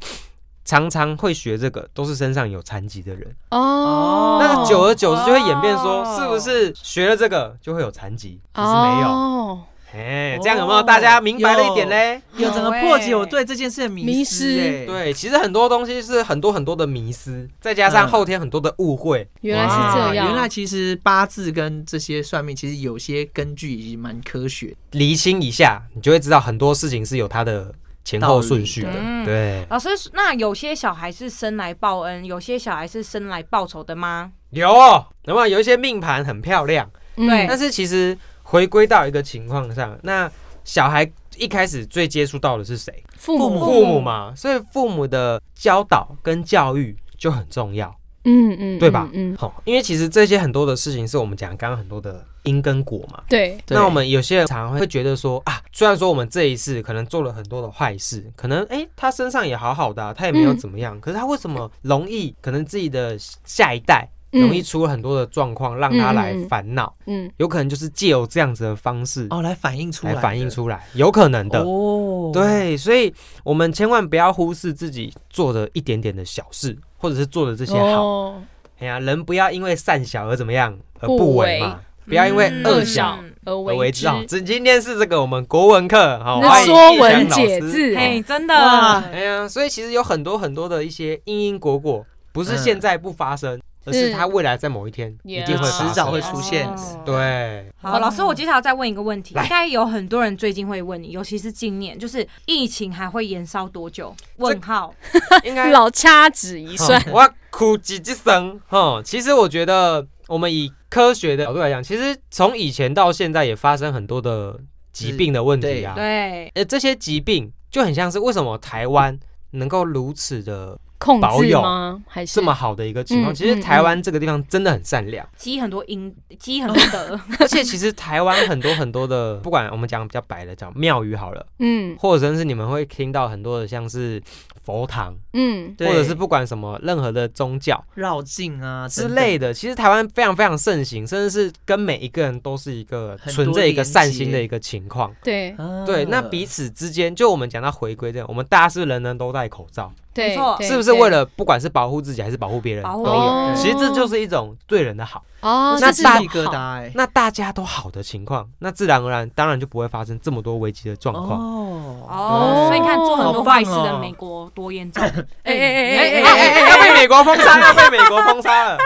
Speaker 2: 常常会学这个都是身上有残疾的人。
Speaker 1: 哦，
Speaker 2: 那久而久之就会演变说，
Speaker 3: 哦
Speaker 2: 是不是学了这个就会有残疾？其实没有，
Speaker 1: 哦，
Speaker 2: 哎，这样有没有大家明白了一点嘞？
Speaker 4: 有整个破解我对这件事的迷
Speaker 1: 迷
Speaker 4: 失、
Speaker 1: 失
Speaker 4: 欸。，
Speaker 2: 对，其实很多东西是很多很多的迷思，再加
Speaker 4: 嗯
Speaker 2: 上后天很多的误会，
Speaker 1: 原来是
Speaker 2: 哦
Speaker 1: 这样，
Speaker 4: 啊原来其实八字跟这些算命其实有些根据已经蛮科学。
Speaker 2: 厘清一下，你就会知道很多事情是有它的前后顺序
Speaker 3: 道理
Speaker 2: 的。
Speaker 3: 嗯
Speaker 2: 对，
Speaker 3: 老师，那有些小孩是生来报恩，有些小孩是生来报仇的吗？
Speaker 2: 有哦，那么有一些命盘很漂亮，
Speaker 1: 嗯
Speaker 3: 对
Speaker 2: 但是其实回归到一个情况上，那小孩一开始最接触到的是谁？
Speaker 1: 父母
Speaker 4: 母
Speaker 2: 父母，嘛，所以父母的教导跟教育就很重要。
Speaker 1: 嗯嗯，
Speaker 2: 对吧
Speaker 1: 嗯，嗯
Speaker 2: 好，因为其实这些很多的事情是我们讲刚刚很多的因跟果嘛。
Speaker 1: 对，
Speaker 4: 对
Speaker 2: 那我们有些人常常会觉得说啊，虽然说我们这一世可能做了很多的坏事，可能诶他身上也好好的啊、他也没有
Speaker 1: 嗯
Speaker 2: 怎么样，可是他为什么容易可能自己的下一代容易出很多的状况，让他来
Speaker 1: 嗯嗯嗯
Speaker 2: 烦恼？
Speaker 1: 嗯，嗯
Speaker 2: 有可能就是借由这样子的方式
Speaker 4: 哦，来反映出来
Speaker 2: 来
Speaker 4: 的，
Speaker 2: 反映出来，有可能的。
Speaker 4: 哦，，
Speaker 2: 对，所以我们千万不要忽视自己做的一点点的小事，或者是做的这些好。
Speaker 1: 哦，
Speaker 2: 哎呀，人不要因为善小而怎么样而
Speaker 1: 不
Speaker 2: 不
Speaker 1: 为
Speaker 2: 为嘛，不要因为
Speaker 3: 嗯
Speaker 2: 恶小
Speaker 1: 而
Speaker 2: 而为
Speaker 1: 为
Speaker 2: 之
Speaker 1: 之，
Speaker 2: 啊。这今天是这个我们国文课，好，
Speaker 1: 那
Speaker 2: 欢迎
Speaker 1: 说
Speaker 2: 叶
Speaker 1: 文
Speaker 2: 翔老
Speaker 1: 解
Speaker 2: 师
Speaker 1: 字
Speaker 3: 嘿，真
Speaker 4: 哇
Speaker 3: 的，
Speaker 2: 哎呀，所以其实有很多很多的一些因因果果，不是
Speaker 4: 嗯
Speaker 2: 现在不发生，而是它未来在某一天一定会发生
Speaker 4: 迟早会出现
Speaker 3: 哦
Speaker 2: 对，
Speaker 3: 好，老师，我接下来再问一个问题，
Speaker 2: 来
Speaker 3: 应该有很多人最近会问你，尤其是今年，就是疫情还会延烧多久？问号，
Speaker 2: 应该
Speaker 1: 老掐指一算，
Speaker 2: 哼我哭几几声哈。其实我觉得，我们以科学的角度来讲，其实从以前到现在也发生很多的疾病的问题啊。
Speaker 3: 对，
Speaker 2: 呃，这些疾病就很像是为什么台湾能够如此的
Speaker 1: 控
Speaker 2: 保
Speaker 1: 制
Speaker 2: 有
Speaker 1: 吗？还是
Speaker 2: 这么好的一个情况？
Speaker 1: 嗯
Speaker 2: 其实
Speaker 1: 嗯
Speaker 2: 台湾这个地方真的很善良，
Speaker 3: 积很多阴，积很多德，
Speaker 2: 而且其实台湾很多很多的，不管我们讲比较白的，讲庙宇好了，
Speaker 1: 嗯
Speaker 2: 或者是你们会听到很多的像是佛堂，
Speaker 1: 嗯
Speaker 2: 或
Speaker 4: 对
Speaker 2: 者是不管什么任何的宗教。
Speaker 4: 绕境啊
Speaker 2: 之类的，其实台湾非常非常盛行，甚至是跟每一个人都是一个
Speaker 4: 很多
Speaker 2: 存着一个
Speaker 4: 连
Speaker 2: 善心
Speaker 4: 结
Speaker 2: 的一个情况。
Speaker 1: 对
Speaker 4: 等等。啊
Speaker 2: 对，那彼此之间，就我们讲到回归这样，我们大家是不是人人都戴口罩，
Speaker 1: 对，
Speaker 3: 没错
Speaker 1: 对
Speaker 2: 是不是为了不管是保护自己还是保护别人
Speaker 3: 保
Speaker 2: 都
Speaker 3: 护
Speaker 2: 有？
Speaker 1: 哦
Speaker 2: 其实这就是一种对人的好。
Speaker 1: 哦，这
Speaker 4: 那鸡
Speaker 1: 是
Speaker 4: 皮
Speaker 1: 一
Speaker 4: 疙
Speaker 1: 个好
Speaker 4: 瘩哎，
Speaker 2: 那大家都好的情况，那自然而然当然就不会发生这么多危机的状况。
Speaker 4: 哦，
Speaker 3: 哦，所以你看做很多坏事
Speaker 4: 好棒
Speaker 3: 的
Speaker 4: 哦
Speaker 3: 美国多严重，
Speaker 1: 哎哎哎哎哎，
Speaker 2: 哎哎哎哎，要被美国封杀，要被美国封杀了。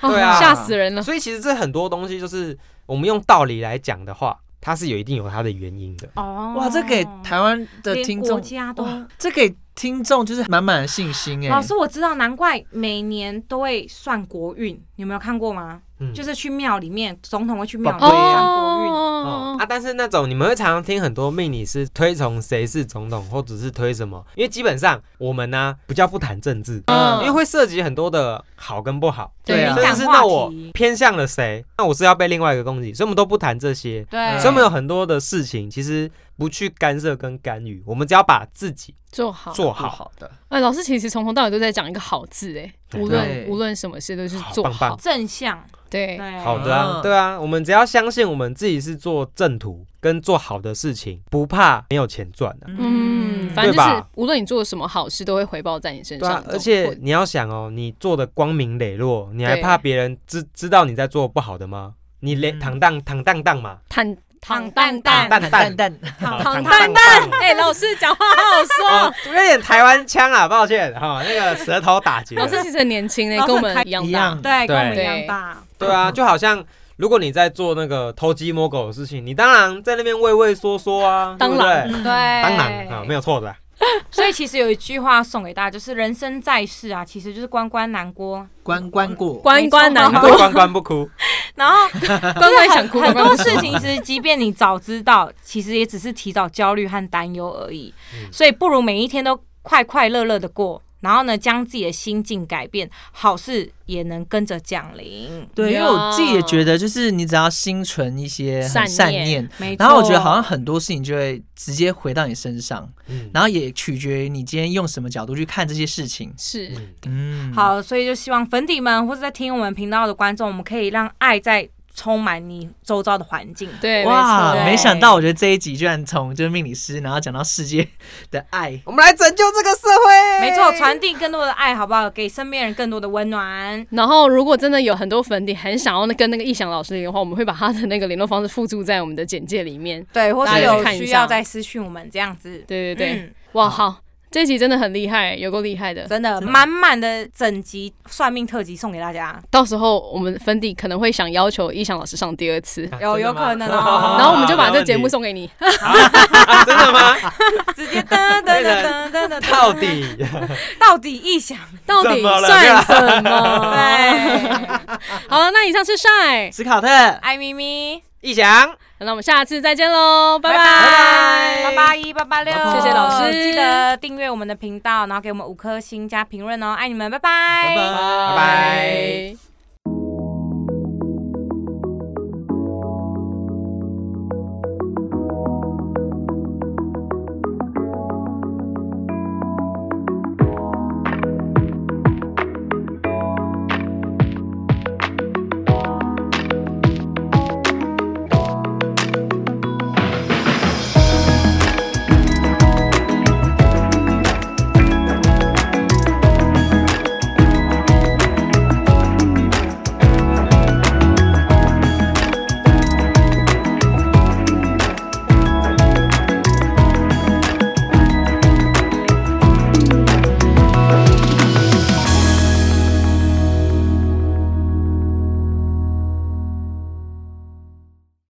Speaker 2: 哈对啊，
Speaker 1: 吓死人了，
Speaker 2: 所以其实这很多东西，就是我们用道理来讲的话，它是有一定有它的原因的。
Speaker 3: 哦，
Speaker 4: 哇，这给台湾的
Speaker 3: 连
Speaker 4: 听
Speaker 3: 国
Speaker 4: 众，
Speaker 3: 家都
Speaker 4: 哇这给听众就是满满的信心
Speaker 3: 老
Speaker 4: 哎
Speaker 3: 师，，我知道，难怪每年都会算国运，你有没有看过吗？
Speaker 2: 嗯
Speaker 3: 就是去庙里面，总统会去庙里
Speaker 4: 宝
Speaker 3: 面
Speaker 4: 贝
Speaker 3: 算国运。
Speaker 2: 啊哦
Speaker 1: 哦，
Speaker 2: 啊，但是那种你们会常常听很多命理师推崇谁是总统，或者是推什么，因为基本上我们呢、比较不谈政治，
Speaker 1: 嗯
Speaker 2: 因为会涉及很多的好跟不好，
Speaker 4: 对啊
Speaker 2: 甚至是
Speaker 3: 敏感
Speaker 2: 那
Speaker 3: 话
Speaker 2: 我
Speaker 3: 题
Speaker 2: 偏向了谁，那我是要被另外一个攻击，所以我们都不谈这些，
Speaker 3: 对，
Speaker 2: 所以我们有很多的事情其实不去干涉跟干预，我们只要把自己
Speaker 1: 做好
Speaker 2: 做
Speaker 4: 哦不
Speaker 2: 好，
Speaker 4: 好的，
Speaker 1: 哎，老师其实从头到尾都在讲一个好字，哎，
Speaker 2: 对
Speaker 1: 无
Speaker 4: 对
Speaker 1: 论无论什么事都是
Speaker 2: 好
Speaker 1: 做
Speaker 2: 棒棒
Speaker 1: 好，
Speaker 3: 正向，
Speaker 1: 对，
Speaker 3: 对，
Speaker 2: 好的啊，
Speaker 4: 嗯
Speaker 2: 对啊，我们只要相信我们自己是做正途跟做好的事情，不怕没有钱赚啊的、
Speaker 1: 嗯，反正
Speaker 2: 对
Speaker 1: 就
Speaker 2: 吧
Speaker 1: 是无论你做什么好事，都会回报在你身
Speaker 2: 对
Speaker 1: 上
Speaker 2: 啊，
Speaker 1: 这种。
Speaker 2: 而且
Speaker 1: 或
Speaker 2: 你要想哦，你做的光明磊落，你还
Speaker 1: 对
Speaker 2: 怕别人知知道你在做不好的吗？你磊
Speaker 4: 嗯
Speaker 2: 坦荡坦荡荡嘛，
Speaker 1: 坦
Speaker 3: 坦
Speaker 1: 坦
Speaker 3: 荡
Speaker 1: 荡荡，
Speaker 3: 荡
Speaker 4: 蛋
Speaker 2: 蛋蛋
Speaker 4: 蛋，
Speaker 2: 好
Speaker 1: 坦
Speaker 2: 荡
Speaker 1: 荡荡。哎，老师讲话好好说哦
Speaker 2: 哦，，有点台湾腔啊，抱歉哈，那个舌头打结了。
Speaker 1: 老师其实很年轻呢，
Speaker 3: 老师
Speaker 1: 跟我
Speaker 3: 很
Speaker 1: 们一样
Speaker 4: 一
Speaker 1: 大。
Speaker 4: 样，
Speaker 3: 对，跟我们一
Speaker 1: 对
Speaker 3: 样大，
Speaker 2: 对啊，就好像如果你在做那个偷鸡摸狗的事情，你当然在那边畏畏缩缩啊，
Speaker 1: 当然嗯哎
Speaker 2: 对
Speaker 4: 嗯
Speaker 2: 不
Speaker 3: 对，
Speaker 2: 对当然啊，没有错的啊。
Speaker 3: 所以其实有一句话送给大家，就是人生在世啊，其实就是关关难过。
Speaker 4: 关关过，
Speaker 1: 关关难
Speaker 2: 然
Speaker 1: 过，
Speaker 2: 后关关不哭，
Speaker 3: 然 后
Speaker 1: 关关想哭，
Speaker 3: 很
Speaker 1: 关
Speaker 3: 多
Speaker 1: 关想哭
Speaker 3: 事情，其实即便你早知道，其实也只是提早焦虑和担忧而已。
Speaker 2: 嗯
Speaker 3: 所以不如每一天都快快乐乐的过。然后呢，将自己的心境改变，好事也能跟着降临。
Speaker 4: 对，因为
Speaker 1: 呀
Speaker 4: 我自己也觉得，就是你只要心存一些很善
Speaker 1: 善念
Speaker 4: 念，
Speaker 3: 没错，
Speaker 4: 然后我觉得好像很多事情就会直接回到你身上，
Speaker 2: 嗯
Speaker 4: 然后也取决于你今天用什么角度去看这些事情。
Speaker 1: 是
Speaker 2: 嗯
Speaker 4: 嗯，，
Speaker 3: 好，所以就希望粉底们或者在听我们频道的观众，我们可以让爱在充满你周遭的环境。
Speaker 1: 对，
Speaker 4: 哇
Speaker 1: 哎没错，
Speaker 4: 没想到我觉得这一集居然从就是命理师，然后讲到世界的爱，
Speaker 2: 我们来拯救这个社会。
Speaker 3: 没错，传递更多的爱，好不好？给身边人更多的温暖。
Speaker 1: 然后，如果真的有很多粉底很想要跟那个逸翔老师联络的话，我们会把他的那个联络方式附注在我们的简介里面。
Speaker 3: 对，或
Speaker 1: 大
Speaker 3: 是
Speaker 1: 家去
Speaker 3: 有
Speaker 1: 看一
Speaker 3: 需
Speaker 1: 下
Speaker 3: 要再私讯我们这样子。
Speaker 1: 对对对，
Speaker 3: 嗯
Speaker 1: 哇，好，这集真的很厉害，有够厉害的。
Speaker 3: 真的满满的整集算命特辑送给大家，
Speaker 1: 到时候我们粉底可能会想要求逸翔老师上第二次，
Speaker 2: 啊
Speaker 3: 有
Speaker 2: 真的
Speaker 3: 有
Speaker 2: 吗
Speaker 3: 可能 哦。
Speaker 1: 然后我们就把
Speaker 4: 没
Speaker 1: 这
Speaker 4: 问题
Speaker 1: 节目送给你。
Speaker 2: 啊真的吗？
Speaker 3: 直接噔噔噔噔噔噔，
Speaker 2: 到底
Speaker 3: 到底一想
Speaker 1: 到底
Speaker 2: 怎么了
Speaker 1: 算什 么？
Speaker 3: 对，
Speaker 1: 好了，那以上是晒，
Speaker 4: 斯考特，
Speaker 3: 爱咪咪，
Speaker 2: 一翔，
Speaker 1: 那我们下次再见喽，拜
Speaker 3: 拜
Speaker 1: 拜。
Speaker 3: 八八一八八六，
Speaker 1: 谢谢老师
Speaker 3: 记得订阅我们的频道，然后给我们五颗星加评论哦，爱你们，拜拜，
Speaker 4: 拜拜
Speaker 2: 拜拜。